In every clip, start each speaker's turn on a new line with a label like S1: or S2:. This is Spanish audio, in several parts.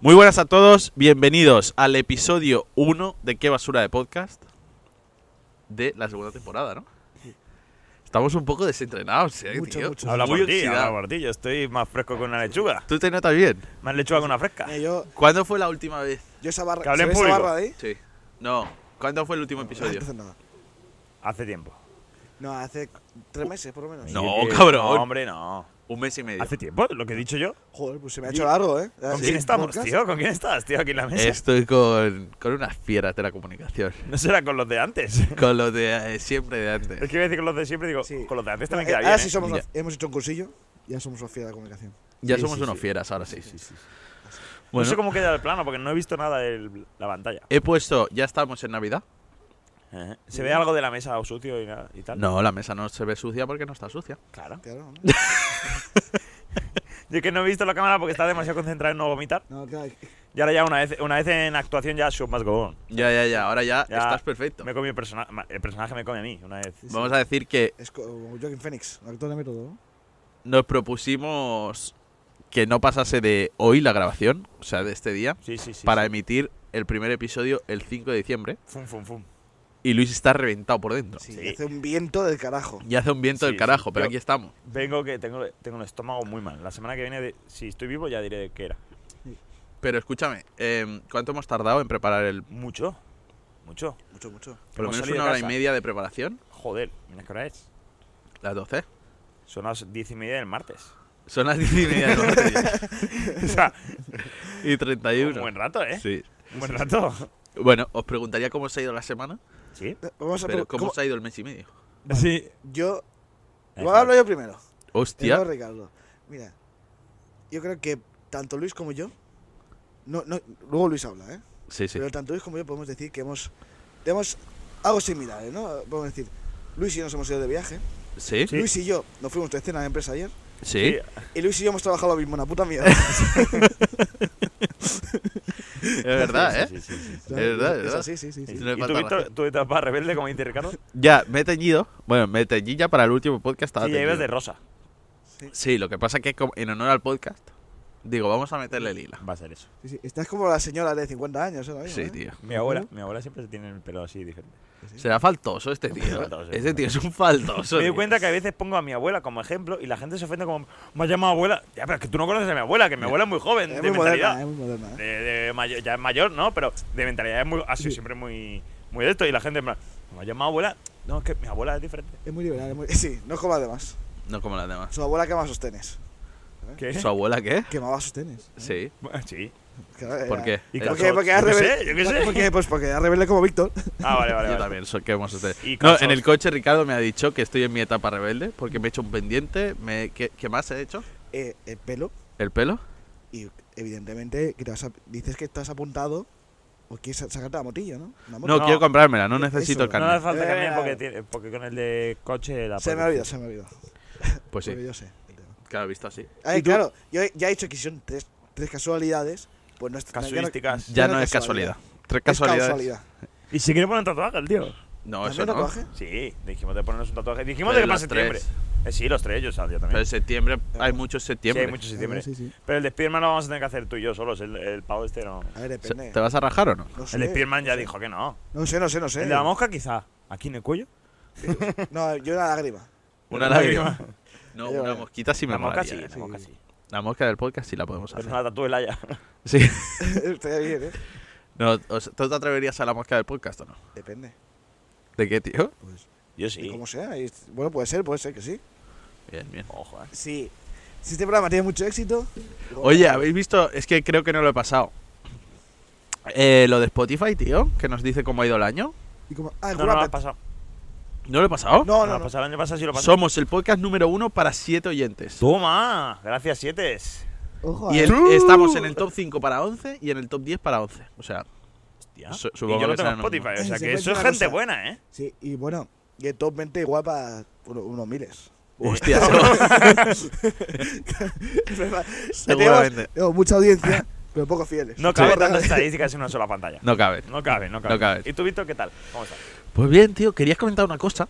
S1: Muy buenas a todos, bienvenidos al episodio 1 de Qué Basura de Podcast de la segunda temporada, ¿no? Estamos un poco desentrenados, ¿eh,
S2: Mucho,
S1: tío?
S2: mucho.
S1: Muy
S2: Habla
S3: Habla por ti,
S1: oxidado.
S3: habla por ti. Yo estoy más fresco que una lechuga.
S1: ¿Tú te notas bien?
S3: Más lechuga que una fresca.
S2: Eh, yo,
S1: ¿Cuándo fue la última vez?
S2: yo esa barra,
S3: Ah. Que hable
S2: ¿se
S3: en
S2: ve esa
S3: público.
S2: barra de ahí? Ah,
S1: Sí. No, ¿cuándo fue el último episodio?
S2: Entonces nada.
S3: Hace tiempo.
S2: No, hace tres meses por lo menos.
S1: No,
S3: Sí, que-
S1: cabrón.
S3: No, hombre, no.
S1: Un mes y medio.
S3: Hace tiempo, lo que he dicho yo.
S2: Joder, pues se me ha hecho largo, ¿eh?
S3: ¿Con
S2: Sí,
S3: quién estamos,
S2: podcast.
S3: tío? ¿Con quién estás, tío? Aquí en la mesa.
S1: Estoy con, con unas fieras de la comunicación.
S3: No será con los de antes.
S1: Con lo de eh, siempre de
S3: Es
S1: antes.
S3: que iba a decir con los de siempre, digo,
S2: Sí.
S3: con los de antes también
S2: Eh,
S3: queda bien.
S2: ahora
S3: ¿eh?
S2: sí somos,
S1: Ya.
S2: hemos hecho un cursillo, ya somos Sofía de la comunicación.
S1: Ya
S2: Sí,
S1: somos
S2: sí,
S1: unos
S2: sí.
S1: fieras ahora sí.
S3: No sé
S1: Bueno,
S3: cómo queda el plano porque no he visto nada de la pantalla.
S1: he puesto, ya estamos en Navidad.
S3: Ajá. ¿Se ve algo de la mesa o sucio y, nada, y tal?
S1: No, la mesa no se ve sucia porque no está sucia.
S3: Claro.
S2: Claro, ¿no?
S3: Yo es que no he visto la cámara porque está demasiado concentrada en no vomitar.
S2: No, claro.
S3: Y ahora ya una vez, una vez en actuación ya show más go on.
S1: Ya, ya, ya. Ahora ya,
S3: Ya.
S1: estás perfecto.
S3: Me come el personaje, el personaje me come a mí una vez.
S1: Vamos a decir que
S2: Es como Joaquin Phoenix, actor de método, ¿no?
S1: nos propusimos que no pasase de hoy la grabación, o sea, de este día,
S3: Sí, sí, sí.
S1: para
S3: sí.
S1: emitir el primer episodio el 5 de diciembre.
S3: Fum, fum, fum.
S1: Y Luis está reventado por dentro.
S2: Sí,
S3: Sí.
S2: hace un viento del carajo.
S1: Y hace un viento
S3: Sí,
S1: del
S3: sí.
S1: carajo, pero
S3: Yo-
S1: aquí estamos.
S3: Vengo que tengo, tengo el estómago muy mal. La semana que viene, de- si estoy vivo, ya diré de qué era.
S1: Pero escúchame, em, ¿cuánto hemos tardado en preparar el...
S3: Mucho. Mucho.
S2: Mucho, mucho.
S1: Por lo
S3: Hemos
S1: menos
S3: salido
S1: una
S3: de
S1: hora y
S3: casa.
S1: media de preparación?
S3: Joder, mira qué hora es.
S1: Las 12.
S3: Son las diez y media del martes.
S1: Son las 10 y media de la noche
S3: o sea,
S1: y 31.
S3: un buen rato, ¿eh?
S1: Sí.
S3: Un buen rato.
S1: Bueno, os preguntaría cómo se ha ido la semana,
S3: Sí.
S2: Eh, Vamos a
S1: pero
S2: ver.
S1: cómo, se ha ido el mes y medio.
S3: Sí.
S2: Yo.
S3: Ahí
S2: Lo
S3: está.
S2: hablo yo primero. Y luego
S1: Hostia,
S2: Ricardo. Mira, yo creo que tanto Luis como yo. No, no, luego Luis habla, ¿eh?
S1: sí, sí.
S2: Pero tanto Luis como yo podemos decir que hemos. Tenemos algo similar, ¿eh? ¿no? Podemos decir, Luis y yo nos hemos ido de viaje.
S1: ¿Sí?
S3: Sí.
S2: Luis y yo nos fuimos de cena a la empresa ayer.
S1: ¿Sí?
S2: Y Luis y yo hemos trabajado lo mismo, una puta mierda.
S1: Es verdad, ¿eh?
S3: Sí, sí, sí, sí.
S1: Es verdad, es verdad.
S2: Sí, sí, sí.
S3: ¿Y
S1: No le
S3: y
S1: falta
S3: tú, Víctor,
S1: razón.
S3: tu etapa rebelde, como dice Ricardo?
S1: Ya, me he teñido. Bueno, me teñí ya para el último podcast. estaba
S3: Sí, ya ibas de
S1: teñido.
S3: rosa.
S1: Sí, lo que pasa que como- en honor al podcast, digo, vamos a meterle lila.
S3: Va a ser eso.
S2: Sí, sí. Estás como la señora de 50 años, ¿eh? ahora mismo,
S1: Sí,
S2: ¿eh?
S1: tío.
S3: Mi abuela, mi abuela siempre se tiene el pelo así diferente.
S1: Será faltoso este tío.
S3: Faltoso,
S1: Este tío es un faltoso.
S3: Me doy
S1: tío.
S3: cuenta que a veces pongo a mi abuela como ejemplo y la gente se ofende como, me has llamado abuela. Ya, pero es que tú no conoces a mi abuela, que mi abuela es muy joven,
S2: Es
S3: de
S2: muy moderna,
S3: mentalidad.
S2: es muy moderna. ¿eh?
S3: De, de mayor, ya es mayor, ¿no? Pero de mentalidad es muy, ha sido
S2: Sí.
S3: siempre muy, muy de esto. Y la gente en plan, me ha llamado abuela. No, es que mi abuela es diferente.
S2: Es muy liberal, es muy... Sí, no es como además.
S1: No como las demás.
S2: Su abuela quemaba sostenes.
S3: ¿Qué?
S1: ¿Su abuela
S3: ¿Eh?
S1: qué?
S2: Quemaba sostenes.
S1: Sí.
S3: Bueno, sí.
S2: Claro,
S1: ¿Por
S2: era-
S1: qué?
S3: Y
S1: Era-
S3: con-
S2: Porque, porque era
S3: Yo qué
S2: rebelde.
S3: sé, yo qué sé.
S2: Porque, pues porque era rebelde como Víctor.
S3: Ah, vale, vale.
S1: Yo
S3: vale.
S1: también, so- que hemos este-
S3: Y
S1: No,
S3: casos.
S1: en el coche Ricardo me ha dicho que estoy en mi etapa rebelde porque me he hecho un pendiente. Me... ¿Qué, qué más he hecho?
S2: Eh, el pelo.
S1: ¿El pelo?
S2: Y evidentemente que te vas a- dices que estás apuntado o quieres sa- sacarte la motillo, ¿no? Una moto.
S1: No,
S3: No.
S1: quiero comprármela, no necesito el
S2: Eso.
S3: No
S1: carnet.
S3: hace falta
S2: Eh,
S3: cambiar porque,
S2: eh.
S3: tiene- porque con el de coche la
S2: se me ha
S3: puedes-
S2: olvidado, se me ha olvidado.
S1: Ah, Pues sí,
S2: Porque yo sé. el tema.
S1: claro, visto así.
S2: Ay,
S3: tú?
S2: claro, yo he- ya he hecho que son tres, tres casualidades. Pues no es no- ya no-
S3: Casuísticas.
S1: Ya no es casualidad. Tres
S2: Es
S1: casualidades.
S2: casualidad.
S3: Y si quiere poner un tatuaje, el tío.
S1: No,
S2: ¿También
S1: eso no.
S2: tatuaje?
S3: Sí, dijimos de ponernos un tatuaje. Dijimos
S1: Pero
S3: de que para
S1: los
S3: septiembre. Eh, sí, los tres, yo, o sea, yo
S1: Pero
S3: también.
S1: en septiembre hay muchos
S3: sí,
S1: septiembre.
S3: hay muchos septiembre.
S2: Sí, sí.
S3: Pero el de Spiderman lo vamos a tener que hacer tú y yo solos. El, el pavo este no.
S2: A ver,
S1: Se-
S2: depende.
S1: ¿Te vas a rajar o no?
S2: No sé,
S3: El de Spiderman ya
S2: no sé.
S3: dijo que no.
S2: No sé, no sé, no sé.
S3: El de la mosca, quizá. Aquí en el cuello.
S2: No, yo una lágrima.
S1: Una
S3: Una
S1: lágrima.
S3: lágrima.
S1: No,
S2: Yo-
S1: una mosquita sí me
S3: la mosca
S1: molaría,
S3: sí,
S1: ¿eh?
S3: la mosca sí.
S1: La mosca del podcast sí la podemos
S3: Pero
S1: hacer.
S3: no la tatúe la ya.
S1: Sí.
S2: Estaría bien, ¿eh?
S1: No, o sea, ¿Tú te atreverías a la mosca del podcast o no?
S2: Depende.
S1: ¿De qué, tío?
S2: Pues,
S3: Yo
S2: de
S3: sí.
S2: como sea. y- bueno, puede ser, puede ser que sí.
S1: Bien, bien.
S3: Ojo, eh.
S2: Sí. Si este programa tiene mucho éxito.
S1: Oye, ¿habéis visto? Es que creo que no lo he pasado. Eh, lo de Spotify, tío, que nos dice cómo ha ido el año.
S2: y como- ah,
S3: No, no,
S2: Gurapet.
S3: lo has pasado.
S1: ¿No lo he pasado?
S2: No, no,
S3: No, no,
S2: no.
S3: pasado. El año pasado sí lo pasó.
S1: Somos el podcast número uno para siete oyentes.
S3: Toma. Gracias, siete.
S2: Ojo,
S1: Y
S2: eh.
S1: el- estamos en el top 5 para 11 y en el top 10 para 11. O sea,
S3: Eh. Hostia.
S1: Su-
S3: y
S1: supongo que
S3: yo lo tengo
S1: será
S3: en Spotify.
S1: normal.
S3: O sea,
S2: Eh, se
S3: que eso
S2: cuenta
S3: es
S2: una
S3: gente
S2: cosa.
S3: buena, ¿eh?
S2: Sí, y bueno, y el top 20 igual para uno- unos miles.
S1: hostia, se- Seguramente.
S2: Tenemos, tenemos mucha audiencia, pero poco fieles.
S3: No cabe tantas estadísticas en una sola pantalla.
S1: no cabe.
S3: No cabe, no cabe.
S1: No cabe.
S3: ¿Y tú, Víctor, qué tal? ¿Cómo estás?
S1: Pues bien, tío, querías comentar una cosa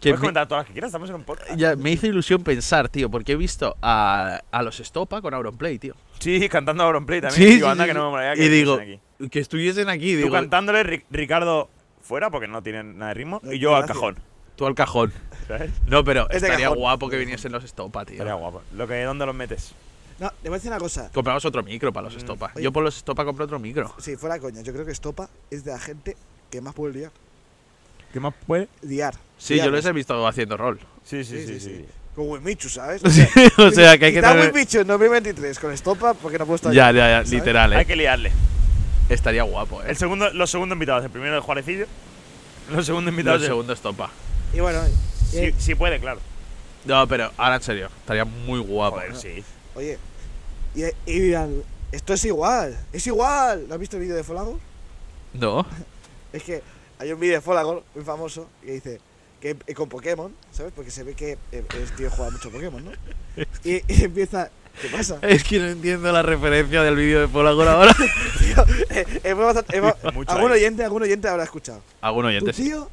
S1: Que
S3: Puedes
S1: me-
S3: comentar todas las que quieras, estamos en un podcast.
S1: Ya, me hizo ilusión pensar, tío, porque he visto a, a los Estopa con Auronplay, tío.
S3: Sí, cantando Auron Play también.
S1: Sí,
S3: digo,
S1: sí,
S3: anda
S1: sí,
S3: que
S1: sí.
S3: no me molaría que
S1: y digo,
S3: estuviesen aquí.
S1: que estuviesen aquí,
S3: Tú
S1: digo,
S3: cantándole, Ri- Ricardo fuera, porque no tiene nada de ritmo,
S2: No,
S3: y yo al
S2: gracias.
S3: cajón.
S1: tú al cajón.
S3: ¿Sabes?
S1: No, pero
S3: Este
S2: Es de
S1: estaría
S2: cajón.
S1: guapo que viniesen los Estopa, tío.
S3: Sería guapo. Lo que, ¿Dónde los metes?
S2: No, le voy a decir una cosa.
S1: Compramos otro micro para los
S3: Mm.
S1: Estopa.
S2: oye.
S1: Yo por los Estopa compré otro micro.
S2: Si fuera coña, yo creo que Estopa es de la gente que más puede liar.
S3: ¿Qué más puede?
S2: Liar.
S1: Sí,
S2: liar.
S1: yo les he visto haciendo rol.
S3: Sí, sí,
S2: Sí,
S3: sí. sí,
S2: sí, Con Wimichu, ¿sabes?
S1: Sí, o sea, que hay que
S2: Quizá
S1: tener...
S2: Wimichu en 2023 con Estopa porque no puedo estar
S1: Ya, ya, ya,
S2: ¿sabes?
S1: literal,
S3: Hay
S1: eh.
S3: que liarle.
S1: Estaría guapo, eh.
S3: El segundo, los segundos invitados. El primero el Juarecillo. Los segundos invitados.
S1: El segundo Estopa.
S2: Y bueno,
S3: Si,
S2: eh,
S3: si puede, claro.
S1: No, pero ahora en serio, estaría muy guapo.
S3: Joder, sí.
S2: oye. Y, y dirán, esto es igual, es igual. ¿No has visto el vídeo de Folago?
S1: No,
S2: Es que hay un vídeo de Folagor muy famoso que dice que eh, con Pokémon, ¿sabes? Porque se ve que eh, el tío juega mucho a Pokémon, ¿no? Y, y empieza. ¿Qué pasa?
S3: Eh,
S1: es que no entiendo la referencia del vídeo de Polagor ahora.
S2: Tío, eh, eh, fue bastante- eh, fue-
S3: Mucho
S2: algún
S3: ahí.
S2: oyente, algún oyente habrá escuchado.
S1: Algún
S2: Tu
S1: oyente sí.
S2: tío,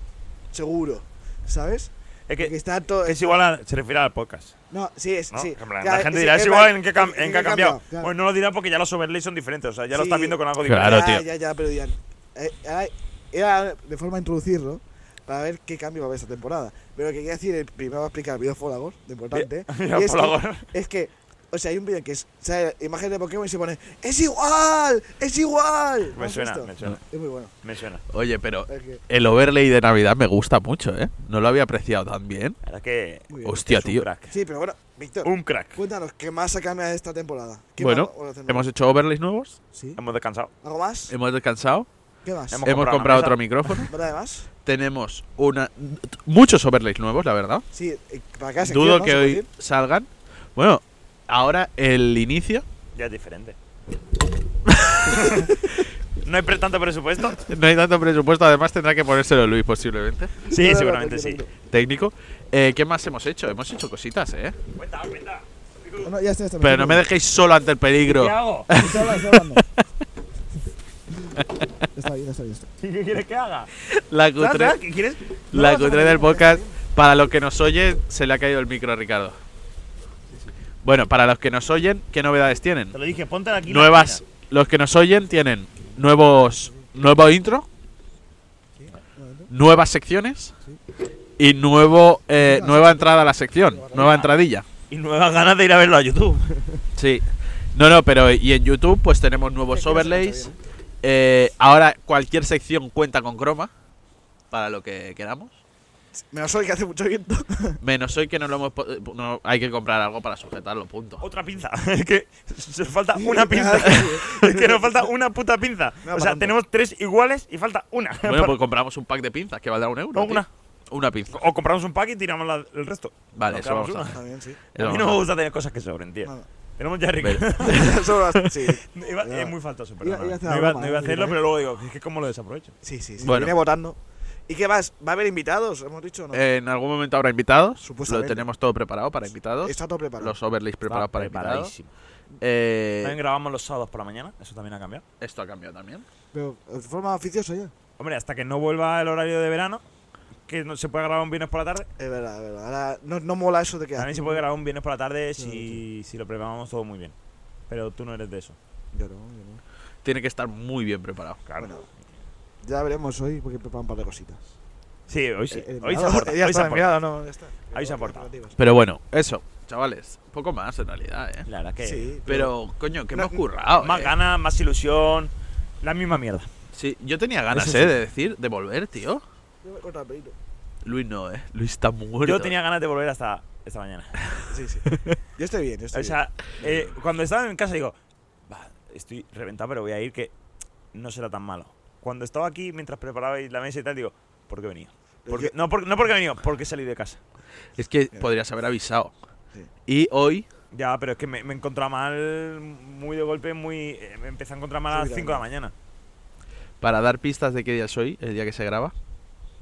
S2: seguro, ¿sabes?
S3: Es
S2: Porque
S3: que
S2: está todo.
S3: es igual a. Se refiere al podcast.
S2: No, sí, es.
S3: ¿no?
S2: sí.
S3: En plan,
S2: Claro,
S3: la gente
S2: sí,
S3: dirá, es
S2: en
S3: igual
S2: plan,
S3: en qué, cam- en qué ha cambiado.
S2: claro.
S3: Pues no lo dirá porque ya los overlays son diferentes. O sea, ya lo
S2: Sí.
S3: estás viendo con algo
S1: Claro.
S3: diferente.
S2: ya,
S1: tío.
S2: ya, ya, pero dirán. eh, ahora- era de forma de introducirlo para ver qué cambio va a haber esta temporada. Pero lo que quería decir, el primero va a explicar el vídeo de Folagor, lo importante.
S3: Mira,
S2: y es
S3: por
S2: que-
S3: favor.
S2: Es que, o sea, hay un vídeo que es, o sea, imagen de Pokémon y se pone, ¡Es igual! ¡Es igual! ¿No
S3: Me
S2: has
S3: suena,
S2: visto?
S3: me suena,
S2: Es muy bueno.
S3: me suena.
S1: Oye, pero
S2: Es que-
S1: el overlay de Navidad me gusta mucho, ¿eh? No lo había apreciado tan bien.
S3: La verdad que.
S2: Muy bien.
S1: Hostia,
S3: es un
S1: tío.
S3: crack.
S2: Sí, pero bueno, Víctor,
S3: Un crack.
S2: cuéntanos, ¿qué más ha cambiado de esta temporada? ¿Qué
S1: Bueno,
S2: más vamos a hacer
S1: hemos hecho overlays nuevos,
S2: ¿Sí?
S3: Hemos descansado.
S2: ¿Algo más?
S1: hemos descansado,
S2: ¿Qué más?
S3: hemos
S1: hemos,
S3: comprado
S1: comprado,
S3: una
S1: otro
S3: mesa.
S1: micrófono.
S2: ¿Verdad de más?
S1: Tenemos una muchos overlays nuevos, la verdad.
S2: Sí, eh, para cada sección,
S1: Dudo
S2: ¿no?
S1: que
S2: ¿Se puede
S1: hoy
S2: decir?
S1: salgan. Bueno, ahora el inicio.
S3: Ya es diferente. no hay pre- tanto presupuesto.
S1: No hay tanto presupuesto, además tendrá que ponérselo Luis posiblemente.
S3: Sí,
S2: No, no, no,
S3: seguramente
S2: no,
S3: sí.
S2: no,
S1: Técnico. Eh, ¿Qué más hemos hecho? Hemos hecho cositas, ¿eh?
S3: Cuenta, cuenta.
S2: No, no, ya está, ya está,
S1: Pero no me
S2: dejes.
S1: dejéis solo ante el peligro.
S3: ¿Qué hago?
S2: Está hablando, está hablando. está bien, está bien. Está. bien.
S3: ¿Y ¿Qué quieres que haga?
S2: Ah,
S1: La
S3: ¿Sabes,
S1: cutre,
S3: sabes? ¿Qué quieres?
S1: la
S2: vas a
S1: cutre
S2: poner
S1: del
S2: ningún
S1: podcast. Para los que nos oyen, se le ha caído el micro a Ricardo. Bueno, para los que nos oyen, ¿qué novedades tienen?
S3: Te lo dije, ponte aquí. la
S1: Nuevas.
S3: esquina.
S1: Los que nos oyen tienen nuevos nuevo intro, nuevas secciones y nuevo eh, nueva entrada a la sección, nueva entradilla.
S3: Y nuevas ganas de ir a verlo a YouTube.
S1: Sí. No, no, pero y en YouTube pues tenemos nuevos
S2: Sí, que no se
S1: overlays.
S2: escucha
S1: Eh, ahora cualquier sección cuenta con croma para lo que queramos.
S2: Menos hoy que hace mucho viento.
S1: Menos hoy que no lo hemos po- eh, no, hay que comprar algo para sujetarlo, punto.
S3: Otra pinza. Es que nos falta una pinza. es que nos falta una puta pinza.
S2: No,
S3: o
S2: para
S3: sea,
S2: tanto.
S3: tenemos tres iguales y falta una.
S1: Bueno, pues compramos un pack de pinzas que valdrá un euro.
S3: No,
S1: tío.
S3: una.
S1: Una pinza.
S3: O compramos un pack y tiramos la- el resto.
S1: Vale,
S3: Nos
S1: eso vamos a
S3: quedamos
S1: hacer.
S2: Está bien, sí.
S1: Eso
S3: A
S1: vamos
S3: mí no
S1: a
S3: me
S1: hacer.
S3: gusta tener cosas que sobren, tío.
S2: Nada.
S3: Tenemos ya rico.
S1: Pero-
S2: Solo las- sí.
S3: Iba- es muy faltoso, perdón.
S2: iba a hacer
S3: No
S2: la
S3: iba,
S2: broma,
S3: no iba a
S2: ¿eh?
S3: hacerlo,
S2: Mira,
S3: pero luego digo, es que cómo lo desaprovecho.
S2: Sí, sí, sí.
S1: Bueno.
S2: Viene votando. ¿Y qué más? ¿Va a haber invitados? ¿Hemos dicho o no?
S3: Eh,
S1: En algún momento habrá invitados. Lo
S2: Supuestamente.
S1: tenemos todo preparado para invitados.
S2: Está todo preparado.
S1: Los overlays preparados
S3: Va,
S1: para invitados.
S3: preparadísimo.
S1: Eh,
S3: También grabamos los sábados por la mañana, eso también ha cambiado.
S1: esto ha cambiado también.
S2: Pero de forma oficiosa ya.
S3: Hombre, hasta que no vuelva el horario de verano, que no se puede grabar un viernes por la tarde.
S2: Es verdad, es verdad. Ahora no, no mola eso de que.
S3: También se puede grabar un viernes por la tarde
S2: Claro,
S3: si, si lo preparamos todo muy bien. Pero tú no eres de eso.
S2: Yo no, yo no.
S1: Tiene que estar muy bien preparado.
S3: Claro.
S2: Bueno, ya veremos hoy porque preparan un par de cositas.
S3: Sí, hoy sí.
S2: El- el
S3: Hoy se
S2: mirado-
S3: aporta.
S2: Eh, Ya
S3: Hoy se
S2: está, el
S3: aporta.
S2: mirado, no, ya está.
S3: Hoy se
S2: Pero
S3: aporta.
S2: alternativas.
S1: Pero bueno, eso, chavales. Poco más en realidad, ¿eh?
S3: La verdad que.
S2: Sí,
S1: Pero, coño, que
S2: No,
S1: hemos currado.
S3: Más
S1: eh.
S3: ganas, más ilusión. La misma mierda.
S1: Sí, yo tenía ganas,
S3: Eso
S1: eh,
S3: sí.
S1: de decir, de volver, tío.
S2: Yo voy contra el pelito.
S1: Luis no, eh. Luis está muerto.
S3: Yo tenía ganas de volver hasta esta mañana.
S2: Sí, sí. Yo estoy bien, yo estoy
S3: O sea, eh, cuando estaba en casa digo, va, estoy reventado, pero voy a ir que no será tan malo. Cuando estaba aquí, mientras preparabais la mesa y tal, digo, ¿por qué he venido? Porque-
S2: Yo-
S3: no, por- no porque he venido, porque he salido de casa.
S1: Es que podrías haber avisado.
S2: Sí.
S1: Y hoy,
S3: Ya, pero es que me, me encontraba mal muy de golpe, muy eh, me empecé a encontrar mal a las
S2: Subidamente.
S3: 5 de la mañana.
S1: para dar pistas de qué día es hoy, el día que se graba,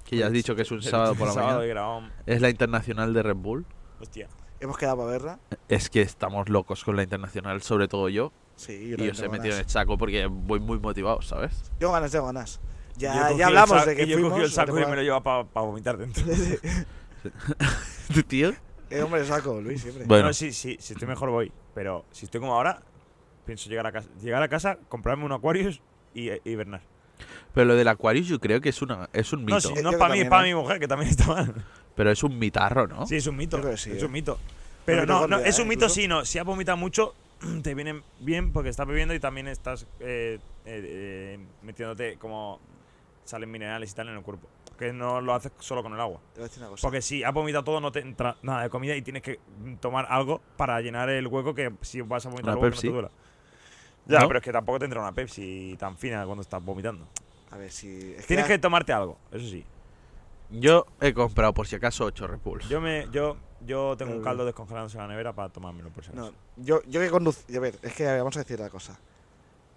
S1: que ya has dicho que es un sábado por la
S3: Sábado
S1: mañana,
S3: y grabamos.
S1: es la internacional de Red Bull.
S3: Hostia.
S2: bien. Hemos quedado para verla.
S1: Es que estamos locos con la internacional, sobre todo yo.
S2: Sí,
S1: Y,
S2: la
S1: os he
S2: tengo
S1: metido en el
S2: ganas.
S1: saco porque voy muy motivado, ¿sabes?
S2: Tengo ganas, tengo ganas.
S3: Yo he
S2: Ya,
S3: cogido
S2: ya
S3: el
S2: hablamos
S3: saco-
S2: de que
S3: Yo he cogido
S2: fuimos.
S3: el saco y me lo llevaba para vomitar dentro.
S1: ¿Tu tío?
S2: Eh, hombre, saco, Luis, siempre.
S1: Bueno.
S3: No, sí, sí, si estoy mejor voy. Pero si estoy como ahora, pienso llegar a casa, llegar a casa comprarme un Aquarius y y hibernar.
S1: Pero lo del Aquarius yo creo que es, una, es un mito.
S3: No, si
S2: Yo
S3: no es
S2: creo
S3: para
S2: que
S3: mí,
S2: también,
S3: es para
S2: ¿eh?
S3: mi mujer, que también está mal.
S1: Pero es un mitarro, ¿no?
S3: Sí, es un mito.
S2: Yo creo que sí,
S3: es
S2: ¿eh?
S3: un mito. Pero
S2: Yo creo que
S3: no,
S2: con
S3: no,
S2: diarrea
S3: es un mito,
S2: ¿eh? incluso.
S3: sí, no. Si has vomitado mucho, te viene bien porque estás bebiendo y también estás eh, eh, eh, metiéndote como salen minerales y tal en el cuerpo. Que no lo haces solo con el agua.
S2: Te voy a decir una cosa.
S3: Porque si has vomitado todo, no te entra nada de comida y tienes que mm, tomar algo para llenar el hueco que si vas a vomitar
S1: Una
S3: algo que
S1: Pepsi.
S3: no te duela. Ya,
S1: ¿No?
S3: pero es que tampoco te entra una Pepsi tan fina cuando estás vomitando.
S2: A ver si. Es
S3: Tienes
S2: ya-
S3: que tomarte algo, eso sí.
S1: Yo he comprado por si acaso 8 Red Bulls.
S3: Yo me, yo, yo tengo un
S2: Eh.
S3: caldo descongelándose en la nevera para tomármelo por si acaso.
S2: No, yo, yo que conduzco. A ver, es que vamos a decir la cosa.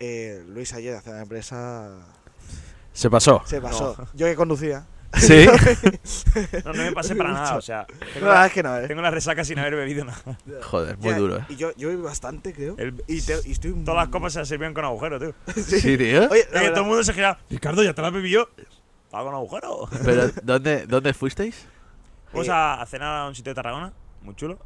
S2: Eh, Luis ayer hace la empresa.
S1: Se pasó.
S2: Se pasó. Yo que conducía.
S1: Sí.
S3: No, no me pasé para nada, o sea. Tengo,
S2: No, la verdad
S3: la,
S2: es que no, eh.
S3: tengo la resaca sin haber bebido nada.
S1: Joder, muy
S2: Ya,
S1: duro, ¿eh?
S2: Y yo, yo bebí bastante, creo.
S3: El-
S2: y, te- y estoy.
S3: todas las copas se servían con agujero, tío.
S1: Sí, tío.
S2: Oye,
S3: Es
S2: la
S3: que todo
S2: verdad,
S3: el mundo se giraba. Ricardo, ¿ya te la bebí yo? ¿Estaba con agujero?
S1: Pero ¿dónde, ¿dónde fuisteis?
S3: Vamos a, a cenar a un sitio de Tarragona, muy chulo.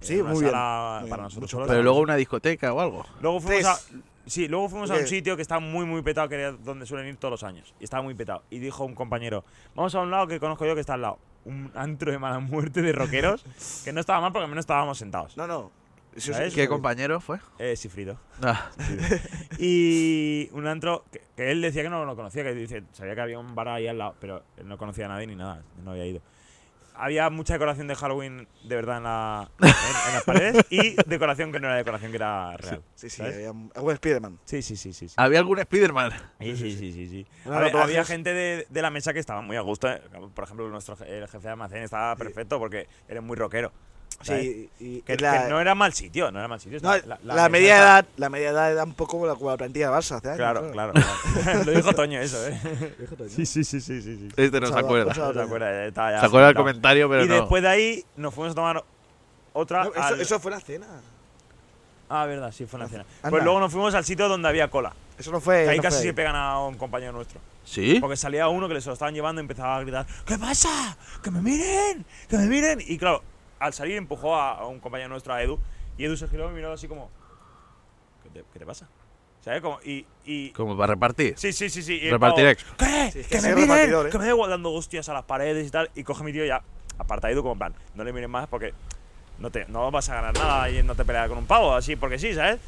S2: Sí,
S3: Eh, una
S2: muy bien,
S3: sala
S2: muy bien,
S3: Para nosotros
S2: mucho
S3: solos.
S1: Pero luego una discoteca o algo.
S3: Luego fuimos a.
S2: Tres.
S3: Sí, luego fuimos a
S2: ¿Qué?
S3: un sitio que estaba muy, muy petado, que era donde suelen ir todos los años. Y estaba muy petado. Y dijo un compañero: Vamos a un lado que conozco yo que está al lado. Un antro de mala muerte de rockeros. que no estaba mal porque al menos estábamos sentados.
S2: No, no. Sí,
S3: ¿Sabes?
S2: sí,
S1: ¿Qué
S2: sí.
S1: compañero fue?
S3: Eh, sifrido.
S1: Ah,
S3: Y un antro que, que él decía que no lo conocía, que dice, sabía que había un bar ahí al lado, pero él no conocía a nadie ni nada, no había ido. Había mucha decoración de Halloween de verdad en, la- en- en las paredes y decoración que no era decoración, que era real.
S2: Sí, sí,
S3: ¿sabes?
S2: había un algún Spiderman.
S3: Sí, sí, sí, sí. sí.
S1: ¿Había algún Spiderman?
S3: Sí, sí, sí, sí, sí.
S2: Unos
S3: Había,
S2: tatuajes.
S3: había gente de, de la mesa que estaba muy a gusto. eh. Por ejemplo, nuestro je- el jefe de almacén estaba perfecto porque eres muy rockero. ¿sabes?
S2: Sí, y, y
S3: Que,
S2: la,
S3: que no era mal sitio, no era mal sitio.
S2: no,
S3: estaba-
S2: la,
S3: mesa
S2: media
S3: estaba-
S2: edad, la media edad era un poco como la, como la plantilla de Barça hace años,
S3: Claro, claro. claro. Lo dijo Toño eso, ¿eh? Sí, sí, sí, sí, sí. sí.
S1: Este no se
S2: Chaval,
S1: acuerda.
S2: chaval.
S1: Se
S3: No te acuerdas, ya estaba ya
S1: acuerda del
S3: sentado.
S1: comentario, pero
S3: y
S1: no.
S3: después de ahí nos fuimos a tomar otra.
S2: No, eso,
S3: al-
S2: eso fue la cena.
S3: Ah, verdad, sí, fue una cena.
S2: Anda.
S3: Pues luego nos fuimos al sitio donde había cola.
S2: Eso no fue.
S3: que ahí
S2: no
S3: casi
S2: fue
S3: se pegan a un compañero nuestro.
S1: ¿Sí?
S3: Porque salía uno que les lo estaban llevando y empezaba a gritar: ¿Qué pasa? ¡Que me miren! ¡Que me miren! Y claro, al salir empujó a, a un compañero nuestro, a Edu. Y Edu se giró y miró así como: ¿Qué te, qué te pasa? ¿Sabes? Como, y, y,
S1: ¿Como para repartir?
S3: Sí, sí, sí, sí. y el
S1: Repartir
S3: pavo,
S1: expo.
S3: ¿Qué?
S2: Sí, es que
S3: que
S2: soy
S3: me miren,
S2: repartidor, ¿eh?
S3: que me da igual dando hostias a las paredes y tal. Y coge mi tío ya apartadito como en plan, no le miren más porque no, te, no vas a ganar nada y no te peleas con un pavo, así porque sí, ¿sabes?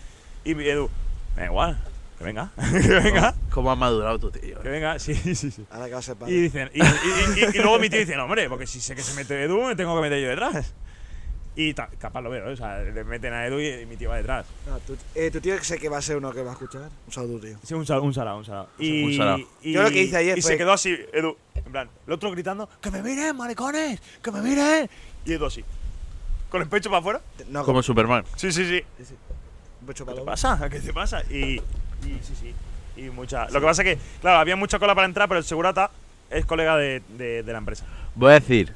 S3: Y mi Edu, me da igual, que venga, que venga,
S1: ¿Cómo ha madurado tu tío?
S3: que venga, sí, sí, sí.
S2: Ahora que va a ser padre.
S3: Y, dicen, y, y- y- y luego mi tío dice, no, hombre, porque si sé que se mete Edu, me tengo que meter yo detrás. Y ta- capaz lo veo, ¿eh? o sea, le meten a Edu y, y mi tío va detrás.
S2: No, tu, eh, tu tío sé que va a ser uno que va a escuchar. Un saludo, tío.
S3: Sí, un salado, un salado, un salado. Y,
S1: Un salao.
S3: y-
S2: Yo lo que hice ayer
S3: Y
S2: fue-
S3: se quedó así, Edu, en plan, el otro gritando, ¡que me miren, maricones! ¡que me miren! Y Edu así, con el pecho para afuera.
S2: Te- No,
S1: Como Superman.
S3: Sí, sí, sí.
S2: mucho
S3: ¿Qué te
S2: palo.
S3: pasa? ¿Qué te pasa? Y, y sí, sí. Y mucha... Lo que pasa es que, claro, había mucha cola para entrar, pero el segurata es colega de, de- de la empresa.
S1: Voy a decir,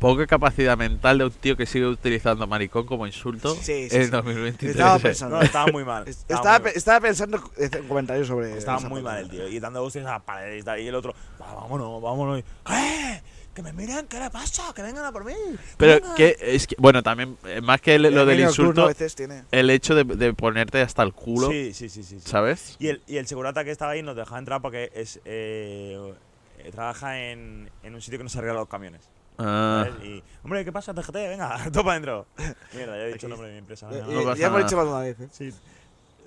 S1: poca capacidad mental de un tío que sigue utilizando maricón como insulto
S2: Sí, sí,
S1: en
S2: sí.
S1: 2023.
S2: Estaba
S1: eh.
S2: pensando.
S3: No, estaba muy mal.
S2: Es-
S3: estaba
S2: Estaba,
S3: muy mal.
S2: pe- estaba pensando en un comentario sobre.
S3: Estaba
S2: Eh, esa
S3: muy
S2: parte.
S3: mal el tío. Y dando hostias a las paredes y tal. Y el otro, "Va, vámonos, vámonos. Y, ¿Qué? ¿Que me miren? ¿Qué le pasa? ¿Que vengan a por mí?
S1: Pero
S3: vengan".
S1: que es que, bueno, también, eh, más que el- lo
S2: El
S1: del
S2: genio nocturno este.
S1: insulto,
S2: A veces tiene.
S1: el hecho de, de ponerte hasta el culo,
S3: Sí, sí, sí, sí. sí.
S1: ¿sabes?
S3: Y el, y el segurata que estaba ahí nos dejaba entrar porque es eh, eh, trabaja en, en un sitio que nos arregla los camiones.
S1: Ah,
S3: ¿sabes? Y, hombre, ¿qué pasa? TGT, venga, topa adentro. Mierda, ya he dicho
S2: Aquí.
S3: el nombre de mi empresa.
S2: Eh,
S3: nada,
S2: eh,
S1: No
S3: nada.
S1: pasa
S2: ya hemos
S1: nada.
S2: dicho más de una vez. eh.
S3: Sí.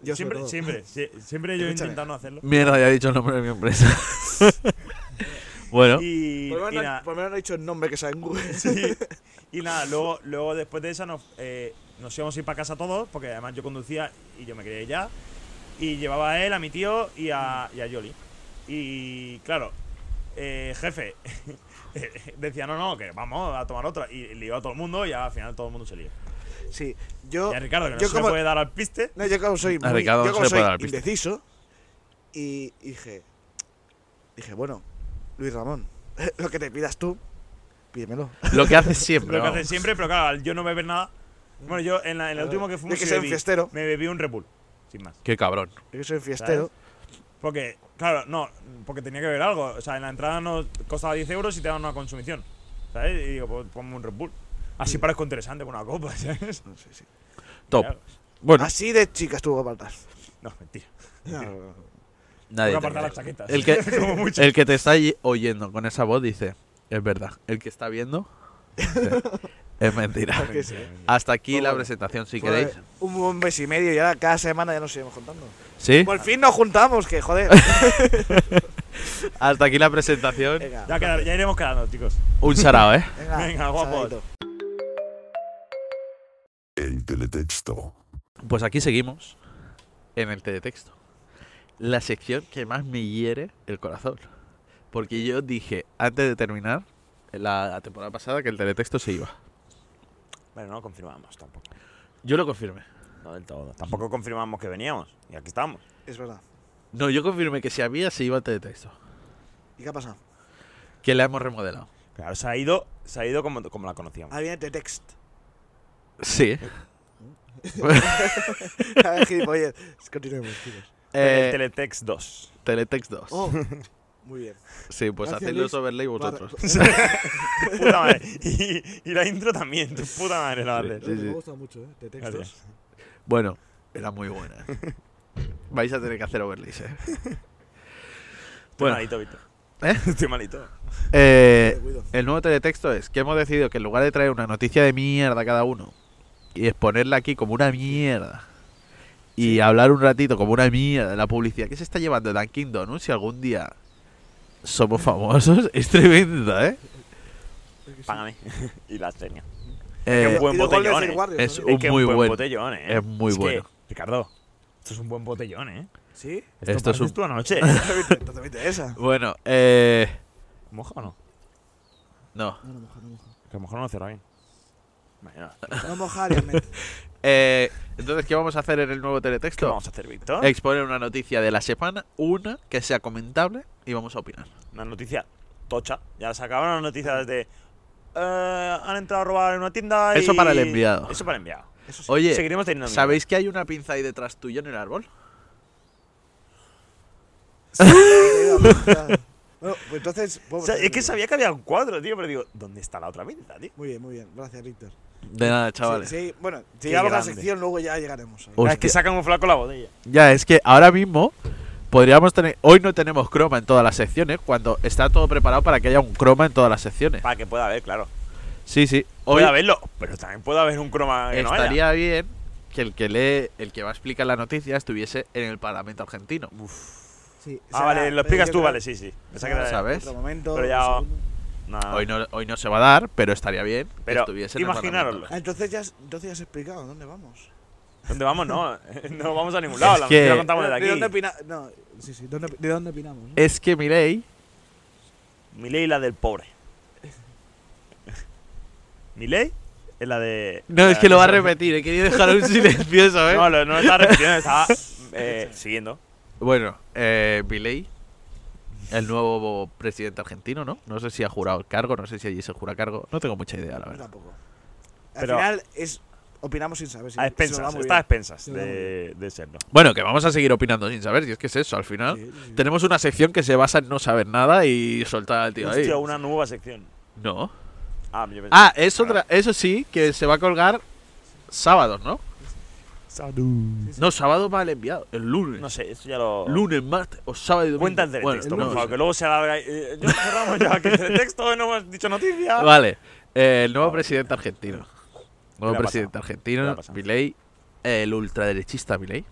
S2: Yo sobre
S3: siempre,
S2: todo.
S3: siempre, sí, siempre yo he
S2: Escúchame.
S3: intentado no hacerlo.
S1: mierda, ya he dicho el nombre de mi empresa. bueno,
S3: Y,
S2: Por lo
S3: y
S2: menos
S3: nada,
S2: no- por lo menos no he dicho el nombre que sabe en Google.
S3: sí. Y nada, luego, luego después de esa nos, eh, nos íbamos a ir para casa todos, porque además yo conducía y yo me quería ir ya. Y llevaba a él, a mi tío y a, y a Yoli. Y claro, eh, jefe decía, no, no, que vamos a tomar otra. Y lió a todo el mundo y al final todo el mundo se lió.
S2: Sí. Yo.
S3: Y a Ricardo, que no
S2: yo
S3: se le
S2: como,
S3: puede dar al piste.
S2: No, yo como soy,
S1: A
S2: muy-
S1: Ah, Ricardo
S2: yo
S1: no
S2: como
S1: se le puede
S2: soy
S1: dar pista.
S2: indeciso. Y dije. Dije, bueno, Luis Ramón, lo que te pidas tú, pídemelo.
S1: lo que haces siempre.
S3: Lo que
S1: vamos.
S3: hacen siempre, pero claro, al yo no beber nada. Bueno, yo en, la, en
S2: Claro.
S3: el último que
S2: Yo
S3: fuimos
S2: que
S3: sí
S2: soy un
S3: bebí-
S2: fiestero.
S3: me bebí un Red Bull, sin más.
S1: Qué cabrón.
S2: Yo que soy un fiestero.
S3: Porque, claro, no, porque tenía que ver algo. O sea, en la entrada nos costaba 10 euros y te daban una consumición. ¿Sabes? Y digo, pues ponme un Red Bull. Así parezco interesante con una copa, ¿sabes?
S2: Sí, sí.
S1: Top.
S3: Claro.
S1: Bueno,
S2: Así de chicas tuvo apartas.
S3: No, mentira.
S2: No,
S1: nadie.
S3: Tengo
S1: te
S3: que apartar
S1: cree.
S3: las chaquetas.
S1: El que,
S3: Como mucho.
S1: el que te está y- oyendo con esa voz dice, es verdad. El que está viendo, dice, es mentira.
S2: que sí.
S1: Hasta aquí
S2: Pues
S1: la
S2: bueno.
S1: presentación, si
S2: Fue
S1: queréis.
S2: Un buen mes y medio y ahora cada semana ya nos seguimos juntando.
S1: ¿Sí?
S2: Por fin nos juntamos, que joder.
S1: Hasta aquí la presentación.
S2: Venga,
S3: Ya, queda- ya iremos quedando, chicos.
S1: Un sarao, ¿eh?
S2: venga,
S3: Venga, guapos.
S2: saladito.
S4: El teletexto.
S1: Pues aquí seguimos en el teletexto. La sección que más me hiere el corazón. Porque yo dije antes de terminar la temporada pasada que el teletexto se iba.
S3: Bueno, no confirmamos tampoco.
S1: Yo lo confirmé.
S3: No del todo. Tampoco confirmamos que veníamos. Y aquí estamos.
S2: Es verdad.
S1: No, yo confirmé que si había se iba el teletexto.
S2: ¿Y qué ha pasado?
S1: Que la hemos remodelado.
S3: Claro, se ha ido, se ha ido como, como la conocíamos.
S2: Ahí viene Tetext.
S1: Sí.
S2: A ver, gilipollas. Continuemos, chicos.
S1: Eh,
S3: El Teletext 2.
S1: Teletext 2.
S2: Oh, muy bien.
S1: Sí, pues
S2: Gracias,
S1: haced
S2: Luis.
S1: los overlay vosotros.
S2: Vale.
S3: Puta madre. Y, y la intro también, tu puta madre, la vale.
S1: Sí, sí.
S2: Me gusta mucho, ¿eh? Tetext.
S3: Gracias.
S1: Bueno, era muy buena. Vais a tener que hacer overlays, ¿eh?
S3: Estoy
S1: Bueno.
S3: malito, Víctor.
S1: ¿Eh?
S3: Estoy malito.
S1: Eh,
S2: Cuido.
S1: el nuevo teletexto es que hemos decidido que en lugar de traer una noticia de mierda cada uno y exponerla aquí como una mierda y hablar un ratito como una mierda de la publicidad que se está llevando Dunkin' Donuts si algún día somos famosos, es tremenda, ¿eh?
S3: Págame. y la seña.
S1: Eh,
S3: un buen
S2: Y los goles
S3: botellón,
S2: del
S3: eh.
S2: Warriors,
S1: Es
S2: ¿no?
S1: un
S3: Es que
S1: muy
S3: un buen
S1: bueno.
S3: botellón, ¿eh?
S1: Es muy
S3: que,
S1: bueno.
S3: Ricardo, esto es un buen botellón, ¿eh?
S2: ¿Sí?
S3: Esto,
S1: Esto es
S3: es
S1: un-
S3: tu anoche.
S2: No te metes esa.
S1: bueno, eh,
S3: ¿Moja o no?
S1: no.
S2: No, no moja, no moja.
S3: Que a lo mejor no lo cierra bien. Bueno,
S2: No moja, realmente.
S1: Eh, entonces, ¿qué vamos a hacer en el nuevo
S3: ¿qué
S1: teletexto?
S3: vamos a hacer, Víctor?
S1: Exponer una noticia de la semana, una que sea comentable y vamos a opinar.
S3: Una noticia tocha. Ya se acabaron las noticias de. eh, han entrado a robar en una tienda y.
S1: Eso para el enviado.
S3: Eso para el enviado.
S2: Eso sí.
S1: Oye,
S3: Seguiremos teniendo.
S1: ¿Sabéis que hay una pinza ahí detrás tuyo en el árbol?
S2: Bueno, pues entonces.
S3: miedo. O
S2: vamos
S3: sea,
S2: a
S3: es que
S2: terminar.
S3: sabía que había un cuadro, tío, pero digo, ¿dónde está la otra pinta, tío?
S2: Muy bien, muy bien. Gracias, Víctor.
S1: De nada, chavales.
S2: Sí, sí, bueno, si
S3: Qué
S2: llegamos a la
S3: grande.
S2: sección, luego ya llegaremos.
S1: Hostia.
S3: Es que sacan un flaco la botella.
S1: Ya, es que ahora mismo podríamos tener. Hoy no tenemos croma en todas las secciones, cuando está todo preparado para que haya un croma en todas las secciones.
S3: Para que pueda haber, claro.
S1: Sí, sí. Hoy
S3: Puede haberlo, pero también puede haber un croma que no
S1: estaría bien que el que lee, el que va a explicar la noticia, estuviese en el Parlamento argentino.
S2: Sí,
S3: haya. Ah, vale, lo explicas tú, vale, sí, sí. Pensaba que era-
S1: ¿Sabes?
S2: Otro momento.
S3: Pero ya-
S2: un segundo.
S3: Nada.
S1: Hoy no, hoy no se va a dar, pero estaría bien
S3: Pero
S1: que estuviese en el
S3: imaginároslo.
S1: Parlamento.
S2: Ah, entonces, ya, has- entonces ya has explicado dónde vamos.
S3: ¿Dónde vamos? No, no vamos a ningún lado.
S1: Es
S3: la
S1: que-
S3: mentira la contamos
S2: ¿De
S3: desde
S2: dónde
S3: aquí.
S2: opina- No, sí, sí, ¿dónde- ¿de dónde opinamos? no?
S1: Es que Milei.
S3: Milei y la del pobre. Milei es la de.
S1: No,
S3: la
S1: es
S3: de-
S1: que lo va a repetir, he querido dejar un silencioso, ¿eh?
S3: No, lo- no lo estaba repitiendo, estaba eh, siguiendo.
S1: Bueno, eh, Milei, el nuevo presidente argentino, ¿no? No sé si ha jurado el cargo, no sé si allí se jura cargo. No tengo mucha idea, la
S2: Yo
S1: verdad.
S2: tampoco. Al
S3: Pero-
S2: final es opinamos sin saber. Si,
S3: A
S2: si nos va
S3: expensas,
S2: muy
S3: está a
S2: bien.
S3: expensas
S2: Sí, lo vamos
S3: de, de serlo.
S1: Bueno, que vamos a seguir opinando sin saber, si es que es eso, al final.
S2: Sí, sí, sí.
S1: Tenemos una sección que se basa en no saber nada y soltar al tío ahí.
S3: Hostia, una nueva sección.
S1: No.
S3: Ah, yo pensé.
S1: Ah, es otra, eso sí, que se va a colgar sábados, ¿no? No, sábado va el enviado, el lunes.
S3: Ah, No sé, eso ya lo.
S1: Lunes, martes o sábado y domingo.
S3: Cuenta el
S1: Bueno, no
S3: teletexto, por
S1: lo
S3: favor,
S1: sé.
S3: que luego se alarga. eh, yo cerramos ya que el teletexto no hemos dicho noticias.
S1: Vale, eh, el nuevo presidente argentino. Nuevo
S3: ¿Qué le ha
S1: presidente
S3: ¿Qué le
S1: argentino,
S3: ha pasado?
S1: Milei, el ultraderechista Milei.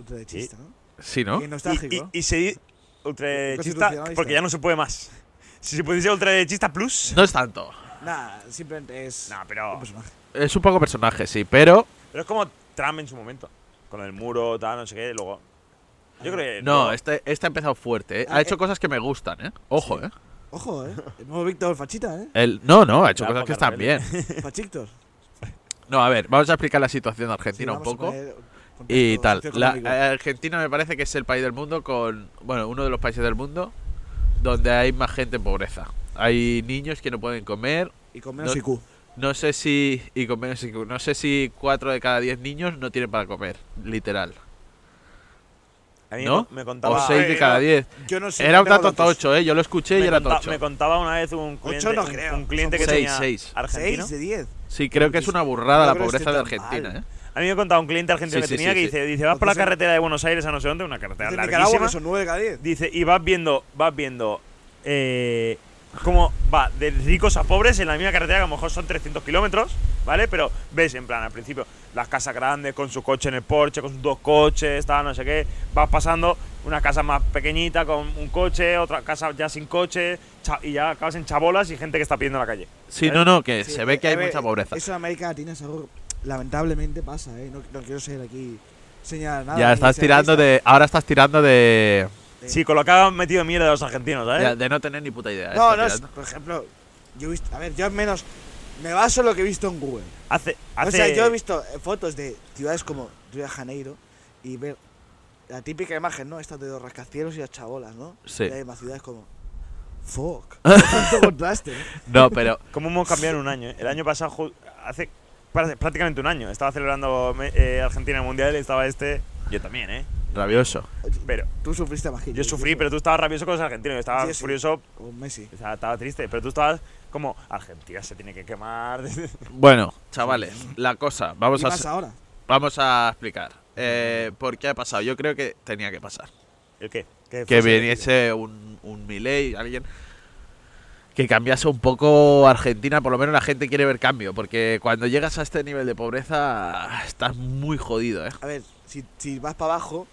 S2: Ultra de chiste, ¿no?
S1: Sí, ¿no?
S2: Y nostálgico.
S3: Y, y, y se di- ultrachista
S2: Constitucionalista.
S3: porque ya no se puede más. Si se pudiese ultrachista plus.
S1: No es tanto.
S2: Nah, simplemente es
S3: No, pero.
S2: un personaje.
S1: Es un poco personaje, sí, pero
S3: Pero es como Trump en su momento. Con el muro, tal, no sé qué, luego. Yo creo que.
S1: no,
S3: luego-
S1: este, este ha empezado fuerte. ¿eh?
S2: Ah,
S1: Ha hecho
S2: eh.
S1: cosas que me gustan, ¿eh? Ojo, ¿eh?
S2: Ojo, ¿eh? El nuevo Víctor Fachita, ¿eh?
S1: El, no, no, ha hecho cosas
S3: La época
S1: que están bien.
S3: rebelde.
S2: Fachictor.
S1: No, a ver, vamos a explicar la situación de
S2: Sí,
S1: Argentina un
S2: vamos a
S1: poco.
S2: poner contexto
S1: Y tal. La, eh,
S2: socioeconómico.
S1: Argentina me parece que es el país del mundo con. Bueno, uno de los países del mundo donde hay más gente en pobreza. Hay niños que no pueden comer,
S2: y con menos
S1: no-
S2: IQ.
S1: No sé si. Y con menos IQ, no sé si 4 de cada 10 niños no tienen para comer, literal.
S3: A mí
S1: ¿No?
S3: me- me contaba.
S1: O 6 de
S2: eh,
S1: cada 10.
S2: Yo no sé.
S1: Era
S2: yo
S1: un
S2: tengo
S1: dato
S2: datos.
S1: tocho, ¿eh? Yo lo escuché y
S3: me,
S1: era
S3: conta-
S1: tocho.
S3: me contaba una vez un cliente,
S2: no
S3: un-
S2: creo.
S3: un cliente que
S1: Seis,
S3: tenía
S1: seis.
S3: argentino.
S2: ¿Seis de diez?
S1: Sí, creo que es una burrada la pobreza de Argentina, ¿eh?
S3: A mí me contaba un cliente argentino
S1: Sí, sí,
S3: que tenía
S1: sí,
S3: que
S1: sí.
S3: dice, dice, vas por la
S2: Entonces-
S3: carretera de Buenos Aires a no sé dónde, una carretera
S2: Dice en Nicaragua
S3: larguísima.
S2: que son nueve de cada diez.
S3: Dice, y vas viendo, vas viendo eh, cómo va de ricos a pobres en la misma carretera, que a lo mejor son 300 kilómetros, ¿vale? Pero ves, en plan, al principio, las casas grandes con su coche en el Porsche, con sus dos coches, tal, no sé qué. Vas pasando una casa más pequeñita con un coche, otra casa ya sin coche, cha- y ya acabas en chabolas y gente que está pidiendo en la calle.
S1: Sí, no, no, que
S2: Sí,
S1: se ve que hay
S2: a ver,
S1: mucha pobreza.
S2: Eso en América Latina es algo lamentablemente pasa, ¿eh? No, no quiero ser aquí señalar nada.
S1: Ya
S2: ni
S1: estás
S2: ser
S1: tirando
S2: racista.
S1: de. Ahora estás tirando de.
S2: Sí.
S3: Sí, con lo que han metido mierda a los argentinos, ¿eh? ¿sabes?
S1: De, de no tener ni puta idea.
S2: ¿Eh? No,
S1: estás
S2: no, es-
S1: tirando.
S2: por ejemplo, yo he visto. A ver, yo al menos. Me baso en lo que he visto en Google.
S3: Hace,
S2: O
S3: hace,
S2: sea, yo he visto eh, fotos de ciudades como Río de Janeiro y ver la típica imagen, ¿no? Estas de los rascacielos y las chabolas, ¿no?
S1: Sí.
S2: Y hay más ciudades como. Fuck. Tanto contraste, ¿no?
S1: No, pero.
S3: ¿Cómo hemos cambiado en un año? eh? El año pasado, ju- hace pra- prácticamente un año, estaba celebrando me- eh, Argentina el Mundial y estaba este. Yo también, ¿eh?
S1: Rabioso.
S3: Pero
S2: Tú sufriste más que
S3: yo sufrí, pero tú estabas rabioso con los argentinos. Yo estaba
S2: Sí, sí.
S3: furioso,
S2: Con Messi.
S3: o sea, estaba triste, pero tú estabas como: Argentina se tiene que quemar.
S1: Bueno, chavales, la cosa. Vamos
S2: ¿Qué
S1: a,
S2: pasa ahora?
S1: vamos a explicar. Eh, ¿Por qué ha pasado? Yo creo que tenía que pasar.
S3: ¿El qué? ¿Qué
S1: Que
S3: fue?
S1: viniese un, un Milei, alguien. Que cambiase un poco Argentina, por lo menos la gente quiere ver cambio, porque cuando llegas a este nivel de pobreza estás muy jodido, ¿eh?
S2: A ver, si, si vas para abajo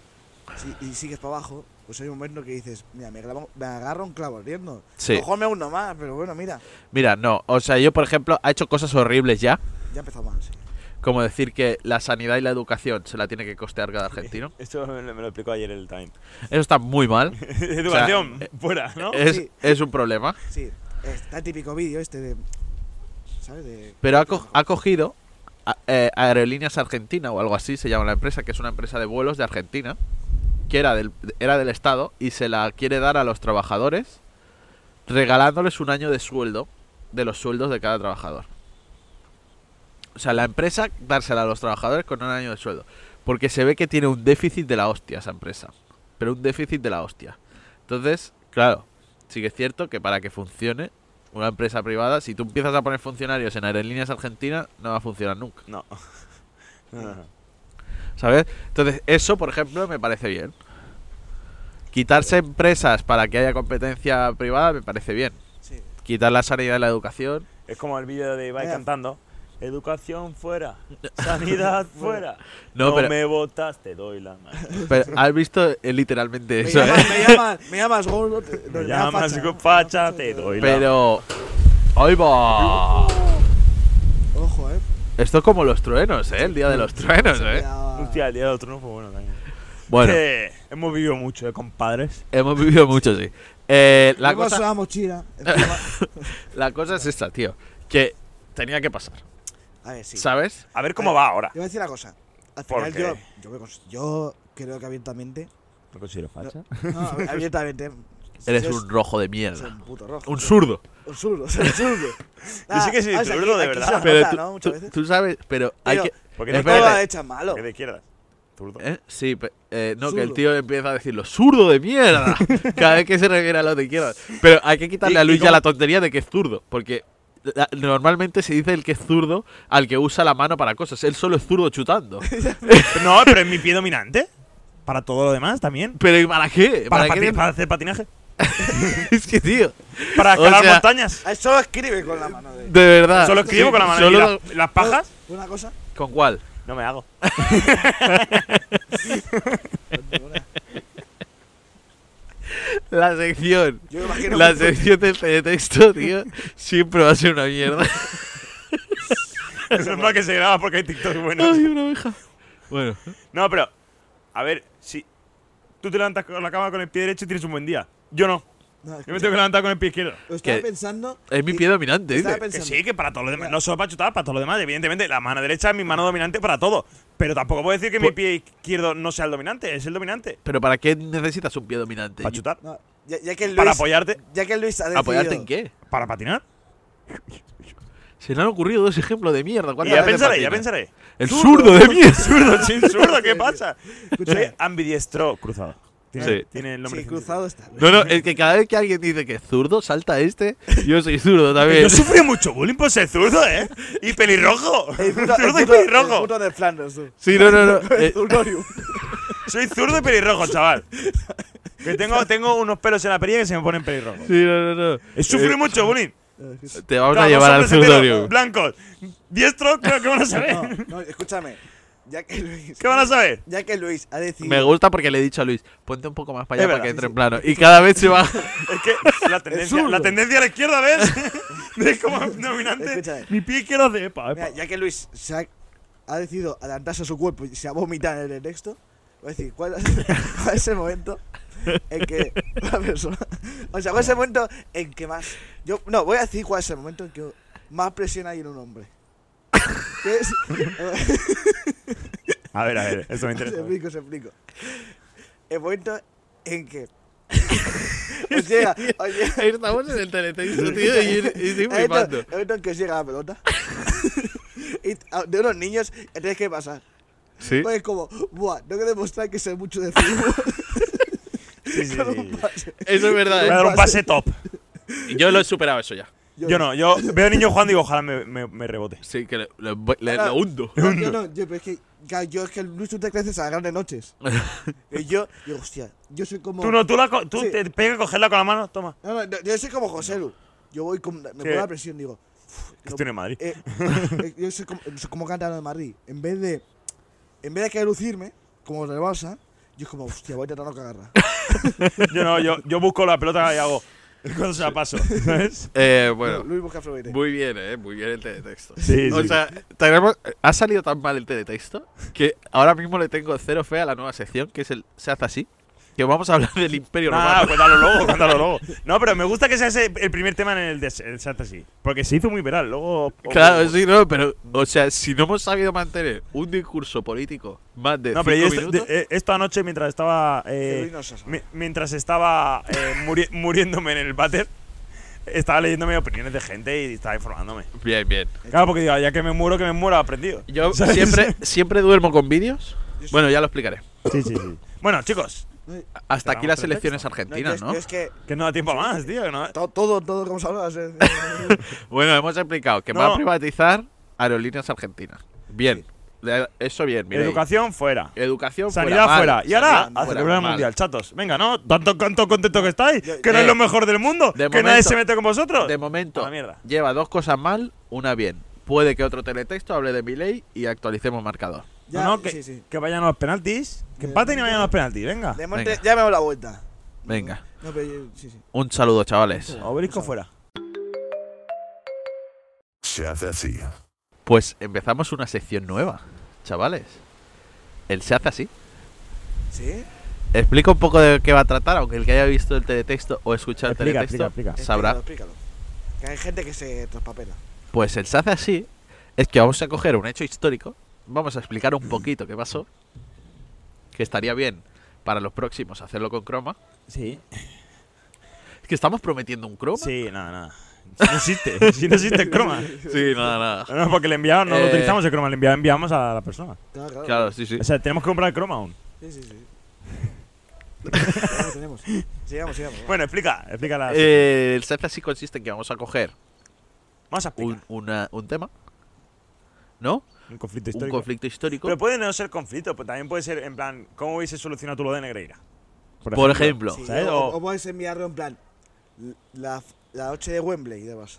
S2: si- y sigues para abajo, pues hay un momento que dices, mira, me, grabo- me agarro un clavo ardiendo.
S1: Sí.
S2: A lo mejor me uno más, pero bueno, mira,
S1: Mira, no, o sea, yo por ejemplo ha hecho cosas horribles ya,
S2: ya empezó mal, sí.
S1: como decir que la sanidad y la educación se la tiene que costear cada argentino.
S3: Esto me, me lo explicó ayer el Time.
S1: Eso está muy mal,
S3: Educación, fuera, ¿no?
S1: es,
S2: Sí.
S1: es un problema.
S2: Sí, está el típico vídeo este de. ¿Sabes? De,
S1: Pero ha, co- ha cogido a- eh, Aerolíneas Argentina o algo así, se llama la empresa, que es una empresa de vuelos de Argentina, que era del, era del Estado y se la quiere dar a los trabajadores regalándoles un año de sueldo de los sueldos de cada trabajador. O sea, la empresa dársela a los trabajadores con un año de sueldo. Porque se ve que tiene un déficit de la hostia esa empresa. Pero un déficit de la hostia. Entonces, claro, sí que es cierto que para que funcione una empresa privada, si tú empiezas a poner funcionarios en aerolíneas argentinas, no va a funcionar nunca.
S3: No. No, no, no.
S1: ¿Sabes? Entonces, eso, por ejemplo, me parece bien. Quitarse empresas para que haya competencia privada me parece bien.
S2: Sí.
S1: Quitar la sanidad y la educación.
S3: Es como el vídeo de Ibai
S2: Vaya.
S3: cantando. Educación fuera, sanidad fuera.
S1: No,
S3: No,
S1: pero-
S3: me votas, te doy la mano.
S1: Pero has visto eh, literalmente
S2: Me,
S1: eso, ¿eh?
S2: llamas, me, llamas, me llamas gordo, te- no,
S3: Me
S2: da
S3: llamas
S2: facha.
S3: con facha, te doy la
S1: Pero. ¡Ahí va!
S2: Ojo, eh.
S1: Esto es como los truenos, ¿eh? El día de los truenos, ¿eh?
S2: Cuidado.
S3: Hostia, el día del otro no fue bueno también.
S1: Bueno,
S3: Eh, hemos vivido mucho, eh, compadres.
S1: hemos vivido mucho, sí. Eh, la,
S2: Llevas
S1: cosa,
S2: una mochila. encima-
S1: la cosa es esta, tío. Que tenía que pasar,
S2: A ver, sí. Yo
S1: ¿sabes?
S3: A ver cómo va ahora.
S2: voy a decir una cosa. Al
S3: ¿Por
S2: final
S3: qué?
S2: yo, yo, me cons- yo creo que abiertamente.
S3: ¿Lo considero facha?
S2: No, abiertamente.
S1: Eres
S2: soy-
S1: un rojo de
S2: soy
S1: mierda.
S2: un puto rojo.
S1: Un zurdo.
S2: Un zurdo, o sea, un zurdo.
S3: Yo sí que soy
S2: Ah, o sea,
S3: zurdo, de
S2: aquí- aquí se
S3: verdad.
S2: nota,
S1: Pero tú,
S2: ¿no? Muchas
S1: tú-
S2: veces.
S1: tú sabes, pero hay
S2: Pero-
S1: que.
S3: Porque
S2: No
S3: no
S1: espérate.
S2: todo lo echan malo.
S3: de izquierdas. Zurdo.
S1: ¿Eh? Sí, pe- eh, no, que el
S2: Zurdo.
S1: tío empieza a decirlo, zurdo de mierda. cada vez que se refiere a los de izquierda. Pero hay que quitarle
S3: ¿Y-
S1: a
S3: y
S1: Luis ya
S3: cómo-
S1: la tontería de que es zurdo, porque la- normalmente se dice el que es zurdo al que usa la mano para cosas. Él solo es zurdo chutando.
S3: Pero No, pero es mi pie dominante. Para todo lo demás también.
S1: ¿Pero ¿y para qué?
S3: Para,
S1: qué?
S3: pati- para hacer patinaje.
S1: Es que, tío, O
S3: Para escalar
S1: sea-
S3: montañas.
S2: Ah, Solo escribe con la mano. De...
S1: de verdad.
S3: Solo escribo
S1: Sí,
S3: con la mano.
S1: solo-
S3: y la- ¿Las pajas?
S2: Una cosa.
S1: ¿Con cuál?
S3: No me hago.
S1: La sección.
S2: Yo me imagino.
S1: La
S2: que-
S1: sección del teletexto, tío, siempre va a ser una mierda.
S3: Es normal que se graba porque hay TikTok bueno.
S1: Ay, una oveja. Bueno,
S3: No, pero. A ver, si. Tú te levantas con la cama con el pie derecho y tienes un buen día. Yo no.
S2: No,
S3: Yo me tengo que levantar con el pie izquierdo.
S2: Lo estaba
S1: Que-
S2: pensando.
S1: es mi
S2: y-
S1: pie dominante,
S2: estaba
S1: dice.
S3: Que
S2: pensando.
S3: sí, que para todo lo demás. No solo para chutar, para todo lo demás. Evidentemente, la mano derecha es mi mano dominante para todo. Pero tampoco puedo decir que mi
S1: Pues-
S3: pie izquierdo no sea el dominante. Es el dominante.
S1: Pero ¿para qué necesitas un pie dominante?
S3: Para chutar.
S2: No, ya, ya que el Luis.
S3: Para apoyarte.
S2: Ya que el Luis ha decidido.
S1: ¿Apoyarte en qué?
S3: Para patinar.
S1: Se le han ocurrido dos ejemplos de mierda.
S3: Y
S1: ¿Cuántas
S3: ya
S1: veces
S3: pensaré, ya
S1: patinas?
S3: pensaré.
S1: El zurdo de mierda.
S3: Zurdo, sin zurdo, ¿qué pasa?
S2: Escucha,
S3: Soy ambidiestro cruzado. Tiene,
S1: Sí.
S3: tiene el nombre.
S2: Sí,
S3: científico.
S2: cruzado está.
S1: No, eh, no, es que cada vez que alguien dice que es zurdo, salta este. Yo soy zurdo también.
S3: Yo sufrí mucho bullying por ser zurdo, ¿eh? Y pelirrojo.
S2: El puto, el
S3: zurdo y
S2: puto- el
S3: pelirrojo.
S2: puto de Flanders, tú.
S1: Sí, no, no, no. eh,
S2: El Zurdorium.
S3: Soy zurdo y pelirrojo, chaval. Que tengo, tengo unos pelos en la perilla que se me ponen pelirrojos.
S1: sí, Eh, no, no, no.
S3: He sufrido mucho bullying.
S1: Eh, te vamos a
S3: Claro,
S1: llevar
S3: dos
S1: al
S3: hombres enteros,
S1: zurdorio.
S3: Blancos. Diestros, creo que van a
S2: No,
S3: saber.
S2: no, escúchame. Ya que Luis.
S3: ¿Qué van a saber?
S2: Ya que Luis ha decidido.
S1: Me gusta porque le he dicho a Luis, ponte un poco más para allá
S3: Es
S1: para
S3: verdad,
S1: que entre
S2: sí.
S1: en plano. Y cada vez se va.
S3: Es que la tendencia,
S2: zurdo.
S3: la tendencia a la izquierda, ¿ves? ¿Ves como dominante?
S2: Escucha.
S3: Mi pie izquierdo hace epa, epa.
S2: Mira, ya que Luis se ha, ha decidido adelantarse a su cuerpo y se ha vomitado en el texto, voy a decir, ¿cuál es, cuál es el momento en que una persona. O sea, ¿cuál es el momento en que más. Yo, no, voy a decir cuál es el momento en que más presión hay en un hombre. Que es-
S3: A ver, a ver, eso
S2: os
S3: me interesa.
S2: explico, os explico. El momento en que. os llega. Os llega
S1: Estamos en el teletexto, tío, y, y estoy
S2: He visto-
S1: flipando.
S2: he visto en que os llega la pelota. y a- de unos niños tenéis que pasar.
S1: Sí.
S2: Pues es como, buah, tengo que demostrar que sé mucho de fútbol.
S3: Sí, sí,
S2: con
S3: sí.
S2: un pase.
S1: Eso es
S3: Voy a
S1: verdad.
S3: dar
S1: ¿eh?
S3: un pase top.
S1: Yo lo he superado eso ya.
S3: Yo no, yo veo niños jugando y digo, ojalá me, me, me rebote.
S1: Sí, que le, le- le-
S3: Ah.
S1: lo hundo.
S2: No, yo no, yo, pero es que, claro, yo es que Luis tú te creces a las grandes noches. y yo, digo, hostia, yo soy como.
S3: Tú no, tú, la, co- tú
S2: Sí.
S3: te pegas a cogerla con la mano, toma.
S2: No, no, no, yo soy como José Lu. Yo voy con. Me pongo la presión, digo.
S3: Que estoy en Madrid.
S2: eh, eh, yo soy como, soy como Cantano de Madrid. En vez de. En vez de querer lucirme, como el Barça, yo es como, hostia, voy a tratar de no cagarla.
S3: Yo no, yo, yo busco la pelota y hago. Cuando se la paso, ¿sabes?
S1: Eh, bueno,
S2: Luis busca Florete.
S1: muy bien, eh. Muy bien el teletexto.
S3: Sí,
S1: O sea, tenemos, ha salido tan mal el teletexto que ahora mismo le tengo cero fe a la nueva sección, que es el Se hace así. Que vamos a hablar del Imperio
S3: Nada,
S1: Romano.
S3: cuéntalo luego, cuéntalo luego. No, pero me gusta que sea ese el primer tema en el de el Fantasy. Porque se hizo muy viral, luego. pues,
S1: Claro, sí, no, pero, o sea, si no hemos sabido mantener un discurso político más de
S3: No, pero yo
S1: cinco
S3: esto,
S1: minutos,
S3: de- eh, esto anoche mientras estaba. eh,
S2: Luis no se sabe.
S3: mi- mientras estaba eh, muri- muriéndome en el váter, estaba leyéndome opiniones de gente y estaba informándome.
S1: bien, bien.
S3: Claro, porque digo, ya que me muero, que me muero, aprendido.
S1: Yo
S3: ¿Sabes?
S1: siempre, siempre duermo con vídeos. Bueno, ya lo explicaré.
S3: Sí, sí, sí. Bueno, chicos,
S1: Hasta aquí
S3: Esperamos
S1: las
S3: el
S1: elecciones
S2: No, yo
S1: argentinas,
S2: es-
S1: ¿no?
S2: yo es que.
S3: que no da tiempo a más, tío. que no-
S2: to- Todo, todo, como se habla, va a ser-
S1: Bueno, hemos explicado que va
S3: No.
S1: a privatizar aerolíneas argentinas. Bien, Le- eso bien, mira. ahí.
S3: Educación fuera.
S1: Educación
S3: Sanidad
S1: mal.
S3: fuera. Y ahora,
S1: Sanidad
S3: a
S1: fuera,
S3: celebrar el
S1: mal.
S3: mundial, chatos. Venga, ¿no? Tanto, tanto contento que estáis.
S2: Yo-
S3: Que no
S1: eh,
S3: es lo mejor del mundo. Que
S1: de
S3: nadie
S1: momento-
S3: se mete con vosotros.
S1: De momento,
S3: A la mierda.
S1: lleva dos cosas mal, una bien. Puede que otro teletexto hable de mi ley y actualicemos marcador.
S2: Ya,
S3: no, no, que,
S2: sí, sí.
S3: que vayan a los penaltis. Que empaten y vayan a los penaltis. Venga.
S2: De monte,
S1: venga.
S2: ya me hago la vuelta.
S1: Venga.
S2: No, pero yo- sí, sí.
S1: Un saludo, chavales.
S3: Obelisco fuera.
S4: Se hace así.
S1: Pues empezamos una sección nueva, chavales. El se hace así.
S2: ¿Sí?
S1: Explica un poco de qué va a tratar, aunque el que haya visto el teletexto o escuchado el
S3: Explica,
S1: teletexto
S3: explica, explica.
S1: sabrá.
S2: Explícalo, explícalo. Que hay gente que se traspapela.
S1: Pues el se hace así es que vamos a coger un hecho histórico, vamos a explicar un poquito qué pasó, que estaría bien para los próximos hacerlo con croma.
S3: Sí.
S1: Es que estamos prometiendo un croma.
S3: Sí, nada, nada. Si no existe. si no existe el croma.
S1: Sí, nada, nada.
S3: No, no, porque le enviamos, no lo
S1: Eh,
S3: utilizamos el croma, le enviamos, enviamos a la persona.
S2: Claro, claro.
S1: Claro, sí, sí.
S3: O sea, tenemos que comprar el croma aún.
S2: Sí, sí, sí. Ya lo tenemos. Sigamos, sigamos.
S3: Bueno, explica, explica la.
S1: Eh, el se hace así consiste en que vamos a coger
S3: vamos a explicar.
S1: un, una- un tema, ¿no?
S3: Un, conflicto
S1: Un
S3: histórico.
S1: conflicto histórico.
S3: Pero puede no ser conflicto, pues también puede ser en plan, ¿cómo hubiese solucionado tú lo de Negreira?
S1: Por ejemplo,
S2: Sí,
S3: ¿sabes?
S2: o,
S3: O-
S2: o puedes enviarlo en plan. La, la noche de Wembley de Barça.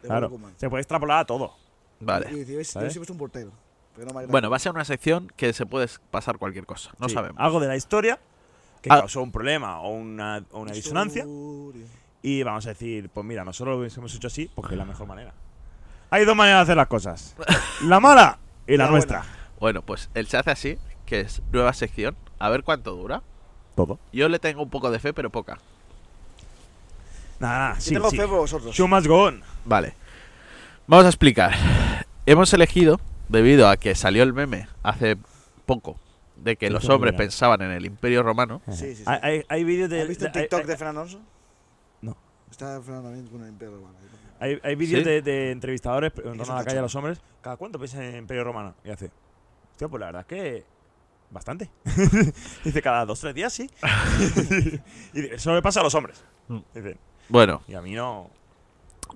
S2: De
S3: Claro,
S2: Wembley.
S3: se puede extrapolar a todo.
S2: Y
S3: eh,
S1: vale.
S2: decir, "Ves,
S3: ¿Sabes?
S2: yo siempre soy un portero. Pero no me agrada".
S1: Bueno, va a ser una sección que se puede pasar cualquier cosa, no
S3: Sí, Ah.
S1: sabemos.
S3: Algo de la historia que
S1: Ah.
S3: causó un problema o una, o una disonancia.
S2: Historia.
S3: Y vamos a decir, pues mira, nosotros lo hubiésemos hecho así porque es la mejor manera. Hay dos maneras de hacer las cosas. La mala y la,
S2: La
S3: nuestra.
S1: Bueno, pues el se hace así, que es nueva sección, a ver cuánto dura.
S3: Todo.
S1: Yo le tengo un poco de fe, pero poca.
S3: Nada, nada.
S2: Yo
S3: Sí,
S2: tengo
S3: sí.
S2: fe por vosotros.
S3: Show must go on.
S1: Vale. Vamos a explicar. Hemos elegido, debido a que salió el meme hace poco, de que
S3: Sí,
S1: los
S3: sí,
S1: hombres
S3: mira.
S1: pensaban en el Imperio Romano.
S2: Sí, sí, sí.
S3: Hay, hay- hay vídeos de.
S2: ¿Has visto el
S3: de- hay-
S2: TikTok
S3: hay-
S2: de Fran Alonso?
S3: No.
S2: Está Fran Alonso con el Imperio Romano.
S3: Hay, hay vídeos
S1: ¿Sí?
S3: de, de entrevistadores en torno a la
S2: cachondo.
S3: calle a los hombres. ¿Cada cuánto piensan en Imperio Romano? Y hace. Hostia, pues la verdad es que Bastante. Dice, cada dos, tres días, sí. y dice, eso le pasa a los hombres.
S1: Mm.
S3: Dice,
S1: Bueno,
S3: y a mí no.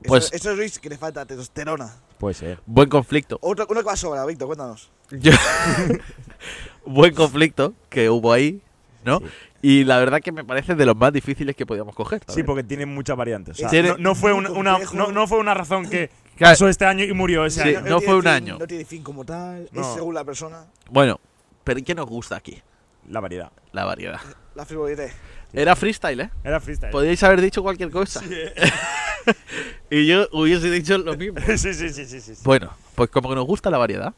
S1: Pues-
S2: Eso, eso es Luis que le falta testosterona.
S3: Puede ser.
S1: buen conflicto.
S2: Otro, uno que va a sobrar, Víctor, cuéntanos.
S1: Yo- buen conflicto que hubo ahí, ¿no?
S3: Sí.
S1: Y la verdad que me parece de los más difíciles que podíamos coger.
S3: Sí,
S1: también.
S3: porque tiene muchas variantes. O sea,
S1: Tiene-
S3: no, no fue una,
S2: Muy
S3: una-
S2: complejo.
S3: no, no fue una razón que
S1: Claro,
S3: pasó este año y murió ese
S1: Sí.
S3: año.
S1: no
S2: tiene
S1: fue un
S2: fin-
S1: año.
S2: No tiene fin como tal,
S3: No.
S2: es según la persona,
S1: Bueno, pero ¿qué nos gusta aquí?
S3: La variedad.
S1: La variedad.
S2: la frivolidad.
S1: Era freestyle, ¿eh?
S3: Era freestyle.
S1: Podríais haber dicho cualquier cosa. y yo hubiese dicho lo mismo.
S3: sí, sí, sí, sí, sí, sí.
S1: Bueno, pues como que nos gusta la variedad,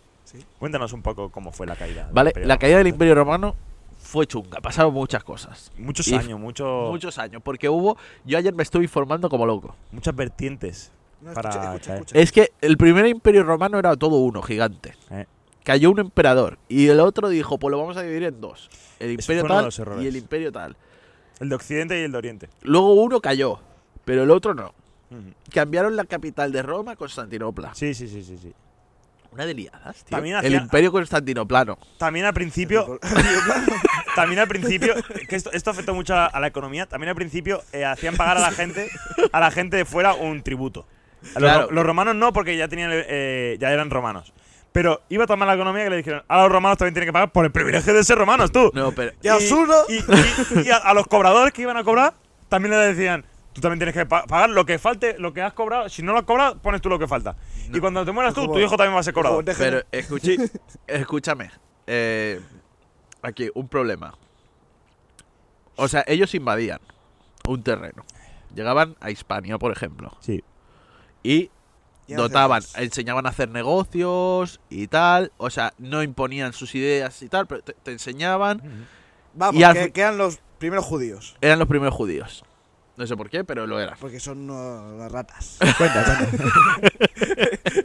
S3: Cuéntanos un poco cómo fue la caída. del
S1: ¿vale?
S3: Imperio
S1: La
S3: Romano.
S1: caída del Imperio Romano fue chunga, pasaron muchas cosas.
S3: Muchos
S1: Y-
S3: años, mucho-
S1: Muchos años, porque hubo. Yo ayer me estuve informando como loco.
S3: muchas vertientes.
S2: No,
S3: Para Eh,
S2: escucha, escucha,
S3: caer.
S2: escucha.
S1: Es que el primer Imperio Romano era todo uno, gigante.
S3: Eh.
S1: Cayó un emperador y el otro dijo, pues lo vamos a dividir en dos. El
S3: Eso
S1: imperio
S3: fue uno de
S1: tal
S3: los errores.
S1: y el imperio tal.
S3: El de Occidente y el de Oriente.
S1: Luego uno cayó, pero el otro no.
S3: Ujú.
S1: Cambiaron la capital de Roma a Constantinopla.
S3: Sí, sí, sí, sí, sí.
S1: Una de liadas, tío.
S3: También
S1: El
S3: hacía-
S1: imperio constantinoplano.
S3: También al principio, también al principio, que esto, esto afectó mucho a, a la economía, también al principio eh, hacían pagar a la gente, a la gente de fuera un tributo. A los,
S1: Claro.
S3: ro- los romanos no, porque ya tenían eh, ya eran romanos. Pero iba tan mal la economía que le dijeron, a los romanos también tienen que pagar por el privilegio de ser romanos, tú.
S1: No, pero...
S2: ¡Qué absurdo!
S3: Y, y- y a, a los cobradores que iban a cobrar, también les decían, tú también tienes que pa- pagar lo que falte, lo que has cobrado. Si no lo has cobrado, pones tú lo que falta. Y cuando te mueras tú,
S2: Como-
S3: tu hijo también va a ser cobrado.
S2: Como déjame.
S1: Pero escuché, escúchame. eh, aquí, un problema. O sea, ellos invadían un terreno. Llegaban a Hispania, por ejemplo.
S3: Sí.
S1: Y
S2: Ya no sé
S1: dotaban,
S2: más.
S1: enseñaban a hacer negocios y tal. O sea, no imponían sus ideas y tal, pero te, te enseñaban.
S2: Vamos,
S1: y al
S2: que,
S1: fin-
S2: que eran los primeros judíos.
S1: Eran los primeros judíos. No sé por qué, pero lo eran.
S2: Porque son uh, las ratas.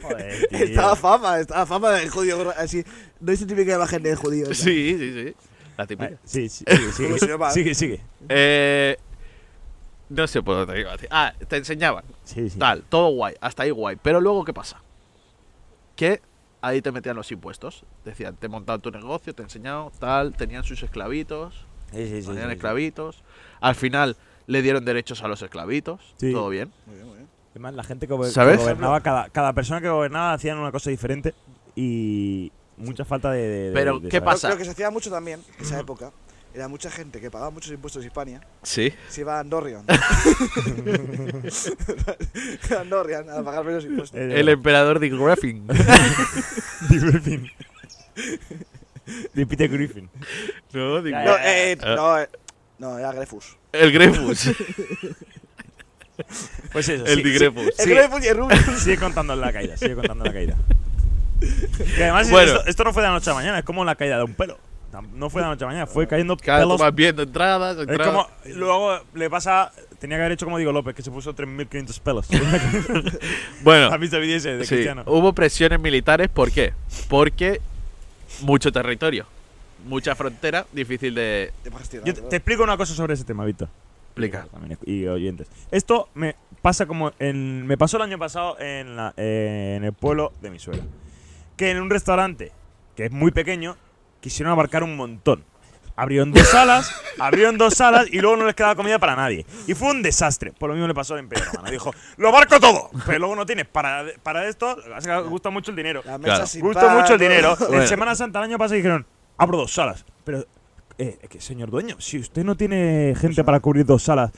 S3: Joder, tío.
S2: estaba fama, estaba fama del judío. ra- Así, no es típica imagen del judío. ¿no?
S1: Sí, sí, sí. La típica.
S3: Ay, Ah, Sí, sí, sigue,
S2: Como
S3: sigue,
S2: si no va-
S3: sigue, sigue.
S1: Eh, no sé por dónde iba a decir. Ah, te enseñaban.
S3: Sí, sí.
S1: Tal, todo guay, hasta ahí guay. Pero luego, ¿qué pasa? Que ahí te metían los impuestos. Decían, te he montado tu negocio, te he enseñado, tal. Tenían sus esclavitos,
S3: Sí, sí, sí,
S1: tenían
S3: sí, sí.
S1: esclavitos. Al final le dieron derechos a los esclavitos.
S3: Sí.
S1: Todo bien.
S2: Muy bien, muy bien.
S3: Además, la gente que, gober- que
S1: ¿Sabes?
S3: gobernaba, cada, cada persona que gobernaba hacían una cosa diferente y mucha falta de. de- de-
S1: Pero,
S3: de
S1: ¿qué
S3: saber.
S2: Lo-
S1: pasa?
S2: Lo que se hacía mucho también en esa época era mucha gente que pagaba muchos impuestos en Hispania.
S1: Sí.
S2: Se iba a Andorrion. a Andorrian a pagar menos impuestos.
S3: Eh,
S1: El emperador de Griffin.
S3: de Griffin. De Peter Griffin.
S1: no, Dick
S3: Ya,
S2: No,
S1: Griffin.
S2: eh, eh,
S1: Ah.
S2: no, eh, no, era Grefus.
S1: El Grefus.
S3: Pues eso.
S1: El
S3: sí,
S1: de Grefus.
S2: El
S3: Sí.
S2: Grefus y el Rubius.
S3: Sigue contando la caída, sigue contando la caída. Que además,
S1: Bueno.
S3: esto, esto no fue de la noche a la mañana, es como la caída de un pelo. Tam- No fue de la noche a la mañana, fue cayendo
S1: Claro, tú
S3: pelos.
S1: vas viendo entradas,
S3: Es
S1: entradas.
S3: como, luego le pasa, tenía que haber hecho como digo López, que se puso 3.500 pelos.
S1: Bueno,
S3: ¿Has visto el vídeo ese de
S1: Sí, Uh.
S3: Cristiano?
S1: hubo presiones militares, ¿por qué? Porque mucho territorio, mucha frontera, difícil de
S2: Te pasaste, ¿no?
S3: Yo te, te explico una cosa sobre ese tema, Víctor.
S1: explicar.
S3: También, Y oyentes. Esto me pasa como. en- me pasó el año pasado en, la- eh, en el pueblo de mi suegra. Que en un restaurante que es muy pequeño, quisieron abarcar un montón. Abrieron dos salas, abrieron dos salas y luego no les quedaba comida para nadie. Y fue un desastre. Por lo mismo le pasó al Imperio Romano. Dijo, lo barco todo, pero luego no tienes para, para esto. lo que pasa es que Gusta mucho el dinero.
S2: La mesa
S1: Claro.
S2: sin
S3: Gusta
S2: pan,
S3: mucho el
S2: ¿no?
S3: dinero.
S1: Bueno.
S3: En Semana Santa el año pasado dijeron, abro dos salas. Pero, eh, es que, señor dueño, si usted no tiene gente para cubrir dos salas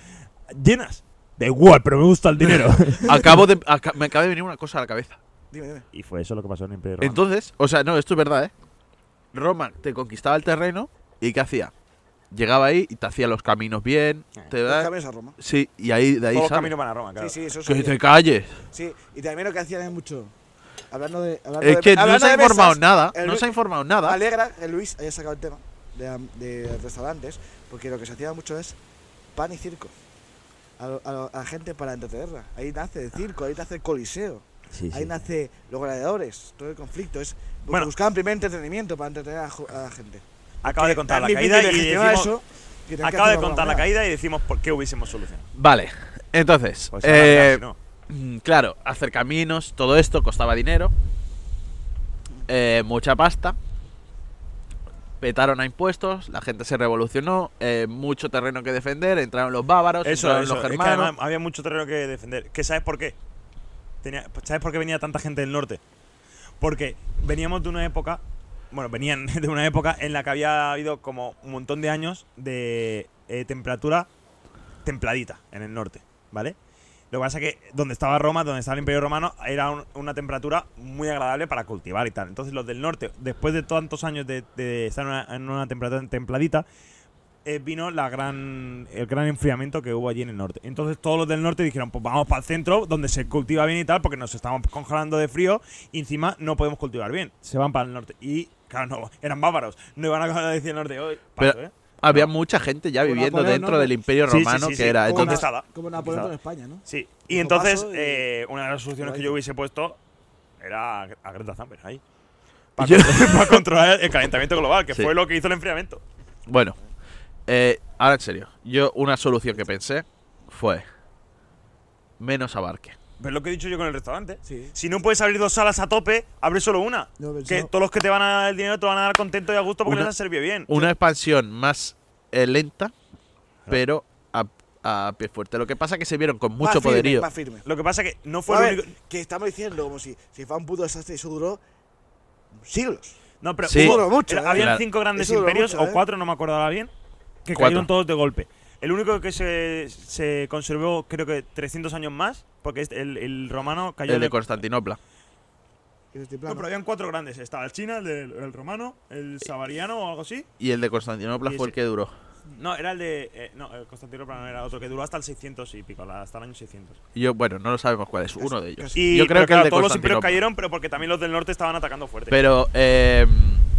S3: llenas, da igual, pero me gusta el dinero.
S1: Acabo de, aca- me acaba de venir una cosa a la cabeza.
S2: Dime, dime.
S3: y fue eso lo que pasó en Imperio Romano.
S1: Entonces, o sea, no, esto es verdad, ¿eh? Roma te conquistaba el terreno y ¿qué hacía? Llegaba ahí y te hacía los caminos bien, te
S2: Los
S1: da,
S2: caminos a Roma.
S1: sí, y ahí de ahí
S3: Todos los
S1: sale.
S3: caminos van a Roma, claro.
S2: Sí, sí, eso
S1: Que
S2: sabía.
S1: te calles.
S2: Sí, y también lo que hacían es mucho. Hablando de. Hablando
S1: Es
S2: de-
S1: que no
S2: hablando
S1: se ha
S2: de
S1: informado
S2: mesas,
S1: nada,
S2: el
S1: no
S2: Luis-
S1: se ha informado nada.
S2: Alegra que Luis haya sacado el tema de, am- de restaurantes, porque lo que se hacía mucho es pan y circo. A, lo- a lo- a la gente para entretenerla. Ahí nace el circo, ahí nace el coliseo,
S3: Sí, sí.
S2: ahí nace los gladiadores, todo el conflicto. Es, porque
S3: Bueno.
S2: buscaban primer entretenimiento para entretener a, la ju- a la gente. Eh,
S3: Acaba de contar la
S2: Tan difícil
S3: caída y
S2: de gestionar
S3: decimos,
S2: eso, que tenían que
S3: acaba de
S2: hacerlo
S3: contar
S2: alguna
S3: la
S2: manera.
S3: caída y decimos por qué hubiésemos solucionado.
S1: Vale, entonces,
S3: Pues ahora ya,
S1: eh,
S3: si no.
S1: Mm, Claro, hacer caminos, todo esto costaba dinero, eh, mucha pasta, Petaron a impuestos, la gente se revolucionó, eh, mucho terreno que defender, entraron los bávaros,
S3: Eso,
S1: entraron
S3: eso.
S1: los
S3: Es que
S1: germanos.
S3: además había mucho terreno que defender. ¿Que sabes por qué? Tenía- ¿Sabes por qué venía tanta gente del norte? Porque veníamos de una época. Bueno, venían de una época en la que había habido como un montón de años de eh, temperatura templadita en el norte, ¿vale? Lo que pasa es que donde estaba Roma, donde estaba el Imperio Romano, era un- una temperatura muy agradable para cultivar y tal. Entonces los del norte, después de tantos años de, de estar en una, en una temperatura templadita, eh, vino la gran, el gran enfriamiento que hubo allí en el norte. Entonces todos los del norte dijeron, pues vamos para el centro, donde se cultiva bien y tal, porque nos estamos congelando de frío y encima no podemos cultivar bien. Se van para el norte. Y claro, no, eran bávaros. No iban a decir el norte hoy.
S1: Pero-
S3: paso, ¿eh?
S1: Había mucha gente ya
S2: Con
S1: viviendo
S2: Napoleón,
S1: dentro
S2: ¿no?
S1: del imperio
S3: Sí, sí,
S1: romano
S3: sí, sí.
S1: que era.
S3: Una-
S2: Como,
S1: Entonces,
S3: contestada.
S2: Na- como Napoleón en
S3: Contestada.
S2: España, ¿no?
S3: Sí, y
S2: Hizo
S3: entonces
S2: paso y-
S3: eh, una de las soluciones que yo hubiese puesto era a Gre- a Greta Thunberg ahí. Para,
S1: Yo-
S3: con- para controlar el calentamiento global, que
S1: Sí.
S3: fue lo que hizo el enfriamiento.
S1: bueno, eh, ahora en serio, yo una solución que pensé fue menos abarque.
S3: ¿Ves lo que he dicho yo con el restaurante?
S2: Sí.
S3: Si no puedes abrir dos salas a tope, abre solo una.
S2: Yo he
S3: que
S2: pensado-
S3: todos los que te van a dar el dinero te van a dar contento y a gusto porque
S1: Una-
S3: les has servido bien.
S1: Una expansión más eh, lenta, pero a, a pie fuerte. Lo que pasa es que se vieron con mucho
S2: Más firme,
S1: poderío.
S2: Más firme.
S3: Lo que pasa que no
S2: A
S3: fue
S2: ver,
S3: el único.
S2: que estamos diciendo como si, si fue un puto desastre y eso duró siglos.
S3: No, pero
S1: Sí.
S3: hubo-
S2: Duró mucho,
S3: era-
S2: ¿eh?
S3: habían
S1: Claro.
S3: cinco grandes
S2: Eso duró
S3: imperios,
S2: mucho,
S3: o
S2: ¿eh?
S3: cuatro, no me acordaba bien, que
S1: Cuatro.
S3: cayeron todos de golpe. El único que se, se conservó, creo que 300 años más, porque este- el, el romano cayó
S1: El de
S3: de-
S1: Constantinopla.
S2: Que estoy
S3: No,
S2: plano. Eh,
S3: pero habían cuatro grandes. Estaba el China, el, del- el romano, el sabariano o algo así.
S1: Y el de Constantinopla
S3: Sí,
S1: fue
S3: sí.
S1: el que duró.
S2: mm.
S3: No, era el de... eh, no, el Constantinopla no era otro, que duró hasta el 600 y pico, la- hasta el año 600.
S1: Y Yo, bueno, no lo sabemos cuál es, uno de ellos.
S3: Y,
S1: Yo creo
S3: pero
S1: que
S3: claro,
S1: el de
S3: todos los imperios
S1: Constantinopla.
S3: cayeron, pero porque también los del norte estaban atacando fuerte.
S1: Pero eh,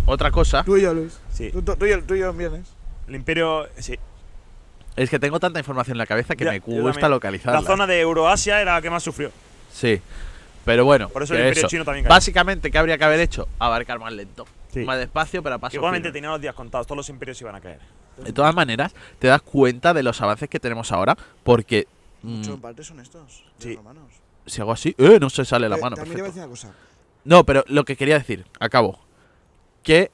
S1: otra cosa
S2: Tú y yo, Luis.
S3: sí,
S2: Tú, tú- tú y yo, tú y yo en viernes.
S3: el imperio... Sí.
S1: es que tengo tanta información en la cabeza que
S3: Ya,
S1: me
S3: yo también.
S1: cuesta
S3: La
S1: localizarla.
S3: zona de Euroasia era la que más sufrió.
S1: Ah, Sí. Pero bueno,
S3: Por eso
S1: que
S3: el imperio
S1: eso.
S3: chino también cayó.
S1: básicamente, ¿qué habría que haber hecho? Abarcar más lento.
S3: Sí.
S1: Más despacio, pero a paso
S3: Igualmente
S1: firme.
S3: tenían los días contados, todos los imperios iban a caer.
S1: De todas maneras, te das cuenta de los avances que tenemos ahora, porque mm,
S2: Son parte son estos, los
S3: Sí.
S2: romanos.
S1: si hago así, ¡eh! no se sale la
S2: Eh,
S1: mano.
S2: también te voy a
S1: perfecto.
S2: decir una cosa.
S1: No, pero lo que quería decir, acabo. Que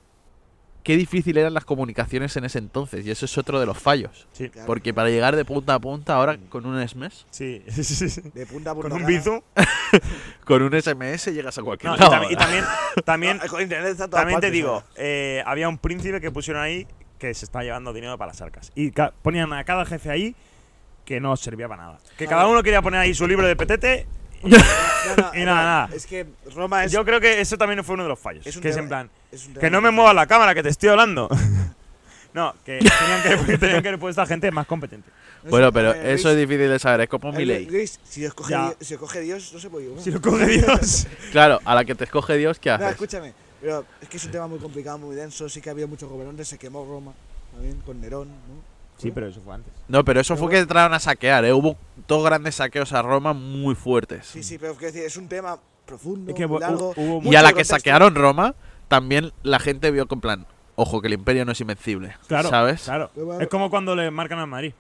S1: qué difícil eran las comunicaciones en ese entonces, y eso es otro de los fallos.
S3: Sí.
S2: Claro,
S1: Porque
S2: claro.
S1: para llegar de punta a punta ahora con un SMS,
S3: Sí, sí, sí, sí.
S2: De punta a punta.
S3: Con un
S2: cara.
S3: bizum.
S1: con un SMS llegas a cualquier
S3: No, y,
S1: lado.
S3: tam- y
S1: ahora.
S3: también, también,
S2: Ah, Con internet está a todas
S3: También te
S2: partes,
S3: digo,
S2: ahora.
S3: eh, había un príncipe que pusieron ahí que se estaba llevando dinero para las arcas. Y ca- ponían a cada jefe ahí que no servía para nada. Que cada uno quería poner ahí su libro de petete.
S2: ¿eh? No, no,
S3: y
S2: no,
S3: nada, nada.
S2: Es que Roma es.
S3: Yo creo que eso también fue uno de los fallos.
S2: es un
S3: que es
S2: tema-
S3: en plan,
S2: es un
S3: que
S2: tema
S3: no me
S2: complicado.
S3: mueva la cámara, que te estoy hablando. no, que tenían que, que tenían que haber puesto a gente más competente.
S2: No sé,
S1: Bueno, pero
S2: eh, Luis,
S1: eso es difícil de saber, es como
S2: eh,
S1: mi ley.
S2: Luis, si os coge,
S3: Ya.
S2: Dios- si os coge Dios, no se puede llevar.
S3: Si lo coge Dios.
S1: Claro, a la que te escoge Dios, ¿qué
S2: No,
S1: haces?
S2: escúchame, pero es que es un tema muy complicado, muy denso. Sí que ha habido muchos gobernantes, se quemó Roma también con Nerón, ¿no?
S3: Sí, pero eso fue antes.
S1: No, pero eso
S2: Pero
S1: fue que
S2: bueno.
S1: entraron a saquear, ¿eh? Hubo dos grandes saqueos a Roma muy fuertes.
S2: Sí, sí, pero quiero decir, es un tema profundo,
S3: Es que
S2: muy
S3: hu-
S2: largo.
S3: hubo
S1: Mm. y a la que
S2: contexto.
S1: saquearon Roma, también la gente vio con plan, ojo, que el imperio no es invencible.
S3: Claro,
S1: ¿Sabes?
S3: claro.
S2: Pero bueno.
S3: Es como cuando le marcan al Madrid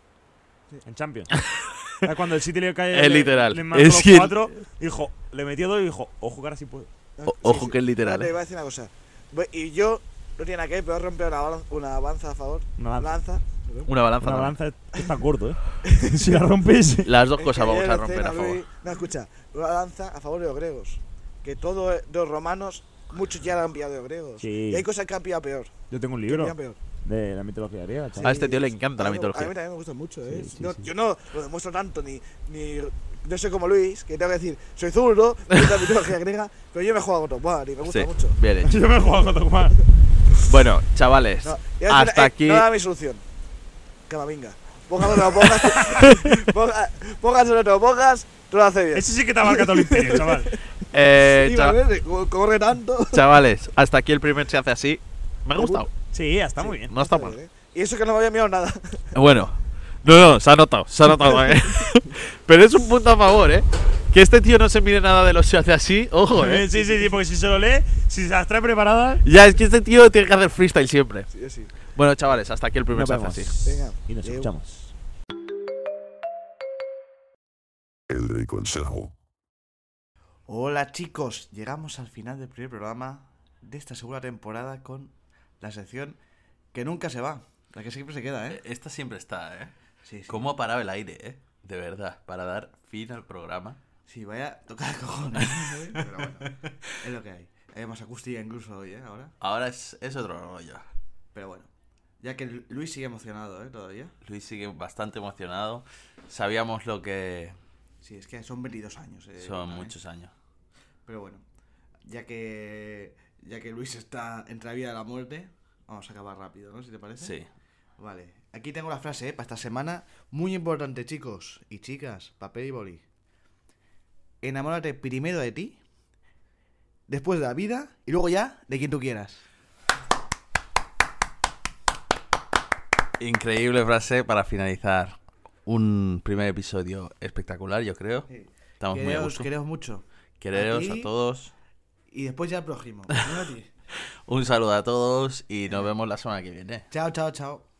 S2: Sí.
S3: en Champions. O sea, cuando el City le cae.
S1: Es
S3: le-
S1: literal.
S3: Le marcó
S1: Es que-
S3: cuatro, dijo, le metió dos y dijo, o jugar así puedo.
S2: No,
S1: O-
S2: sí,
S1: ojo
S2: sí.
S1: que es literal.
S2: Ahora
S1: ¿eh?
S2: Te voy a decir una cosa. Voy- Y yo, no tiene nada que ver, pero he rompido una, bal- una avanza a favor.
S3: Una
S2: Una
S3: lanza.
S2: lanza. perdón.
S1: Una balanza.
S3: Una
S1: también.
S3: balanza está corto, ¿eh? si la rompes.
S1: Las dos
S2: Es
S1: cosas
S2: que
S1: vamos
S2: ayer
S1: a
S2: la
S1: romper
S2: cena,
S1: a favor.
S2: Luis- No, escucha, una lanza a favor de los griegos. Que todos los romanos, muchos ya la han pillado de los griegos.
S3: Sí.
S2: Y hay cosas que han pillado peor.
S3: Yo tengo un
S2: que
S3: libro
S2: pillan peor.
S3: de la mitología griega,
S1: A
S3: chaval.
S1: este tío le encanta la
S2: A mí me- A mí
S1: mitología.
S2: también me gusta mucho, ¿eh?
S3: Sí, sí,
S2: No,
S3: sí.
S2: Yo no lo demuestro tanto, ni, ni. No soy como Luis, que tengo que decir, soy zurdo, me gusta la mitología griega, pero yo me juego a God of War y me gusta
S1: Sí,
S2: mucho.
S1: bien hecho.
S3: Yo me he jugado a tomar.
S1: Bueno, chavales,
S2: No, y ahora
S1: hasta
S2: espera, eh,
S1: aquí.
S2: No da mi solución. Camavinga. Póngalo, no, pongas. ponga- póngaselo, no, pongas, tú lo haces bien.
S3: Ese sí que te abarca todo el imperio, chaval.
S1: eh,
S2: Sí,
S1: cha-
S2: ¿vale? Co- Corre tanto.
S1: Chavales, hasta aquí el primer se hace así. Me ha
S2: Me
S1: gustado.
S3: Sí, está muy bien.
S1: No está mal.
S2: Y eso que no me había mirado nada.
S1: Bueno, no, no, se ha notado, se ha notado, ¿eh? Pero es un punto a favor, ¿eh? Que este tío no se mire nada de los se hace así, ojo, ¿eh?
S3: Eh, Sí, sí, sí, porque si se lo lee, si se las trae preparadas.
S1: Ya, es que este tío tiene que hacer freestyle siempre.
S2: Sí, sí.
S1: Bueno, chavales, hasta aquí el primer
S3: Nos
S1: se hace
S3: vemos.
S1: así.
S2: Venga.
S3: Y nos
S2: Leo.
S3: escuchamos.
S4: El del consejo.
S5: Hola chicos, llegamos al final del primer programa de esta segunda temporada con la sección que nunca se va. La que siempre se queda, ¿eh?
S1: Esta siempre está, ¿eh?
S5: Sí, sí.
S1: ¿Cómo ha parado el aire, eh? De verdad, para dar fin al programa.
S5: Sí, vaya a tocar cojones. ¿sabes? Pero bueno, es lo que hay. Hay más acústica incluso hoy, ¿eh? Ahora.
S1: Ahora es, es otro rollo.
S5: Pero bueno. Ya que Lu- Luis sigue emocionado, ¿eh? Todavía.
S1: Luis sigue bastante emocionado. Sabíamos lo que
S5: Sí, es que son 22 años. eh,
S1: son
S5: ¿eh?
S1: muchos años.
S5: Pero bueno, ya que ya que Luis está entre la vida y la muerte, vamos a acabar rápido, ¿no? Si te parece.
S1: Sí.
S5: Vale. Aquí tengo la frase, ¿eh? Para esta semana. Muy importante, chicos y chicas. Papel y boli. Enamórate primero de ti, después de la vida y luego ya de quien tú quieras.
S1: Increíble frase para finalizar. Un primer episodio espectacular, yo creo. Estamos muy a
S5: Quereos-
S1: gusto.
S5: quereos mucho.
S1: Quereros
S5: ti.
S1: a todos.
S5: Y después ya al prójimo. Primero a ti.
S1: Un saludo a todos y nos vemos la semana que viene.
S5: chao, chao, chao.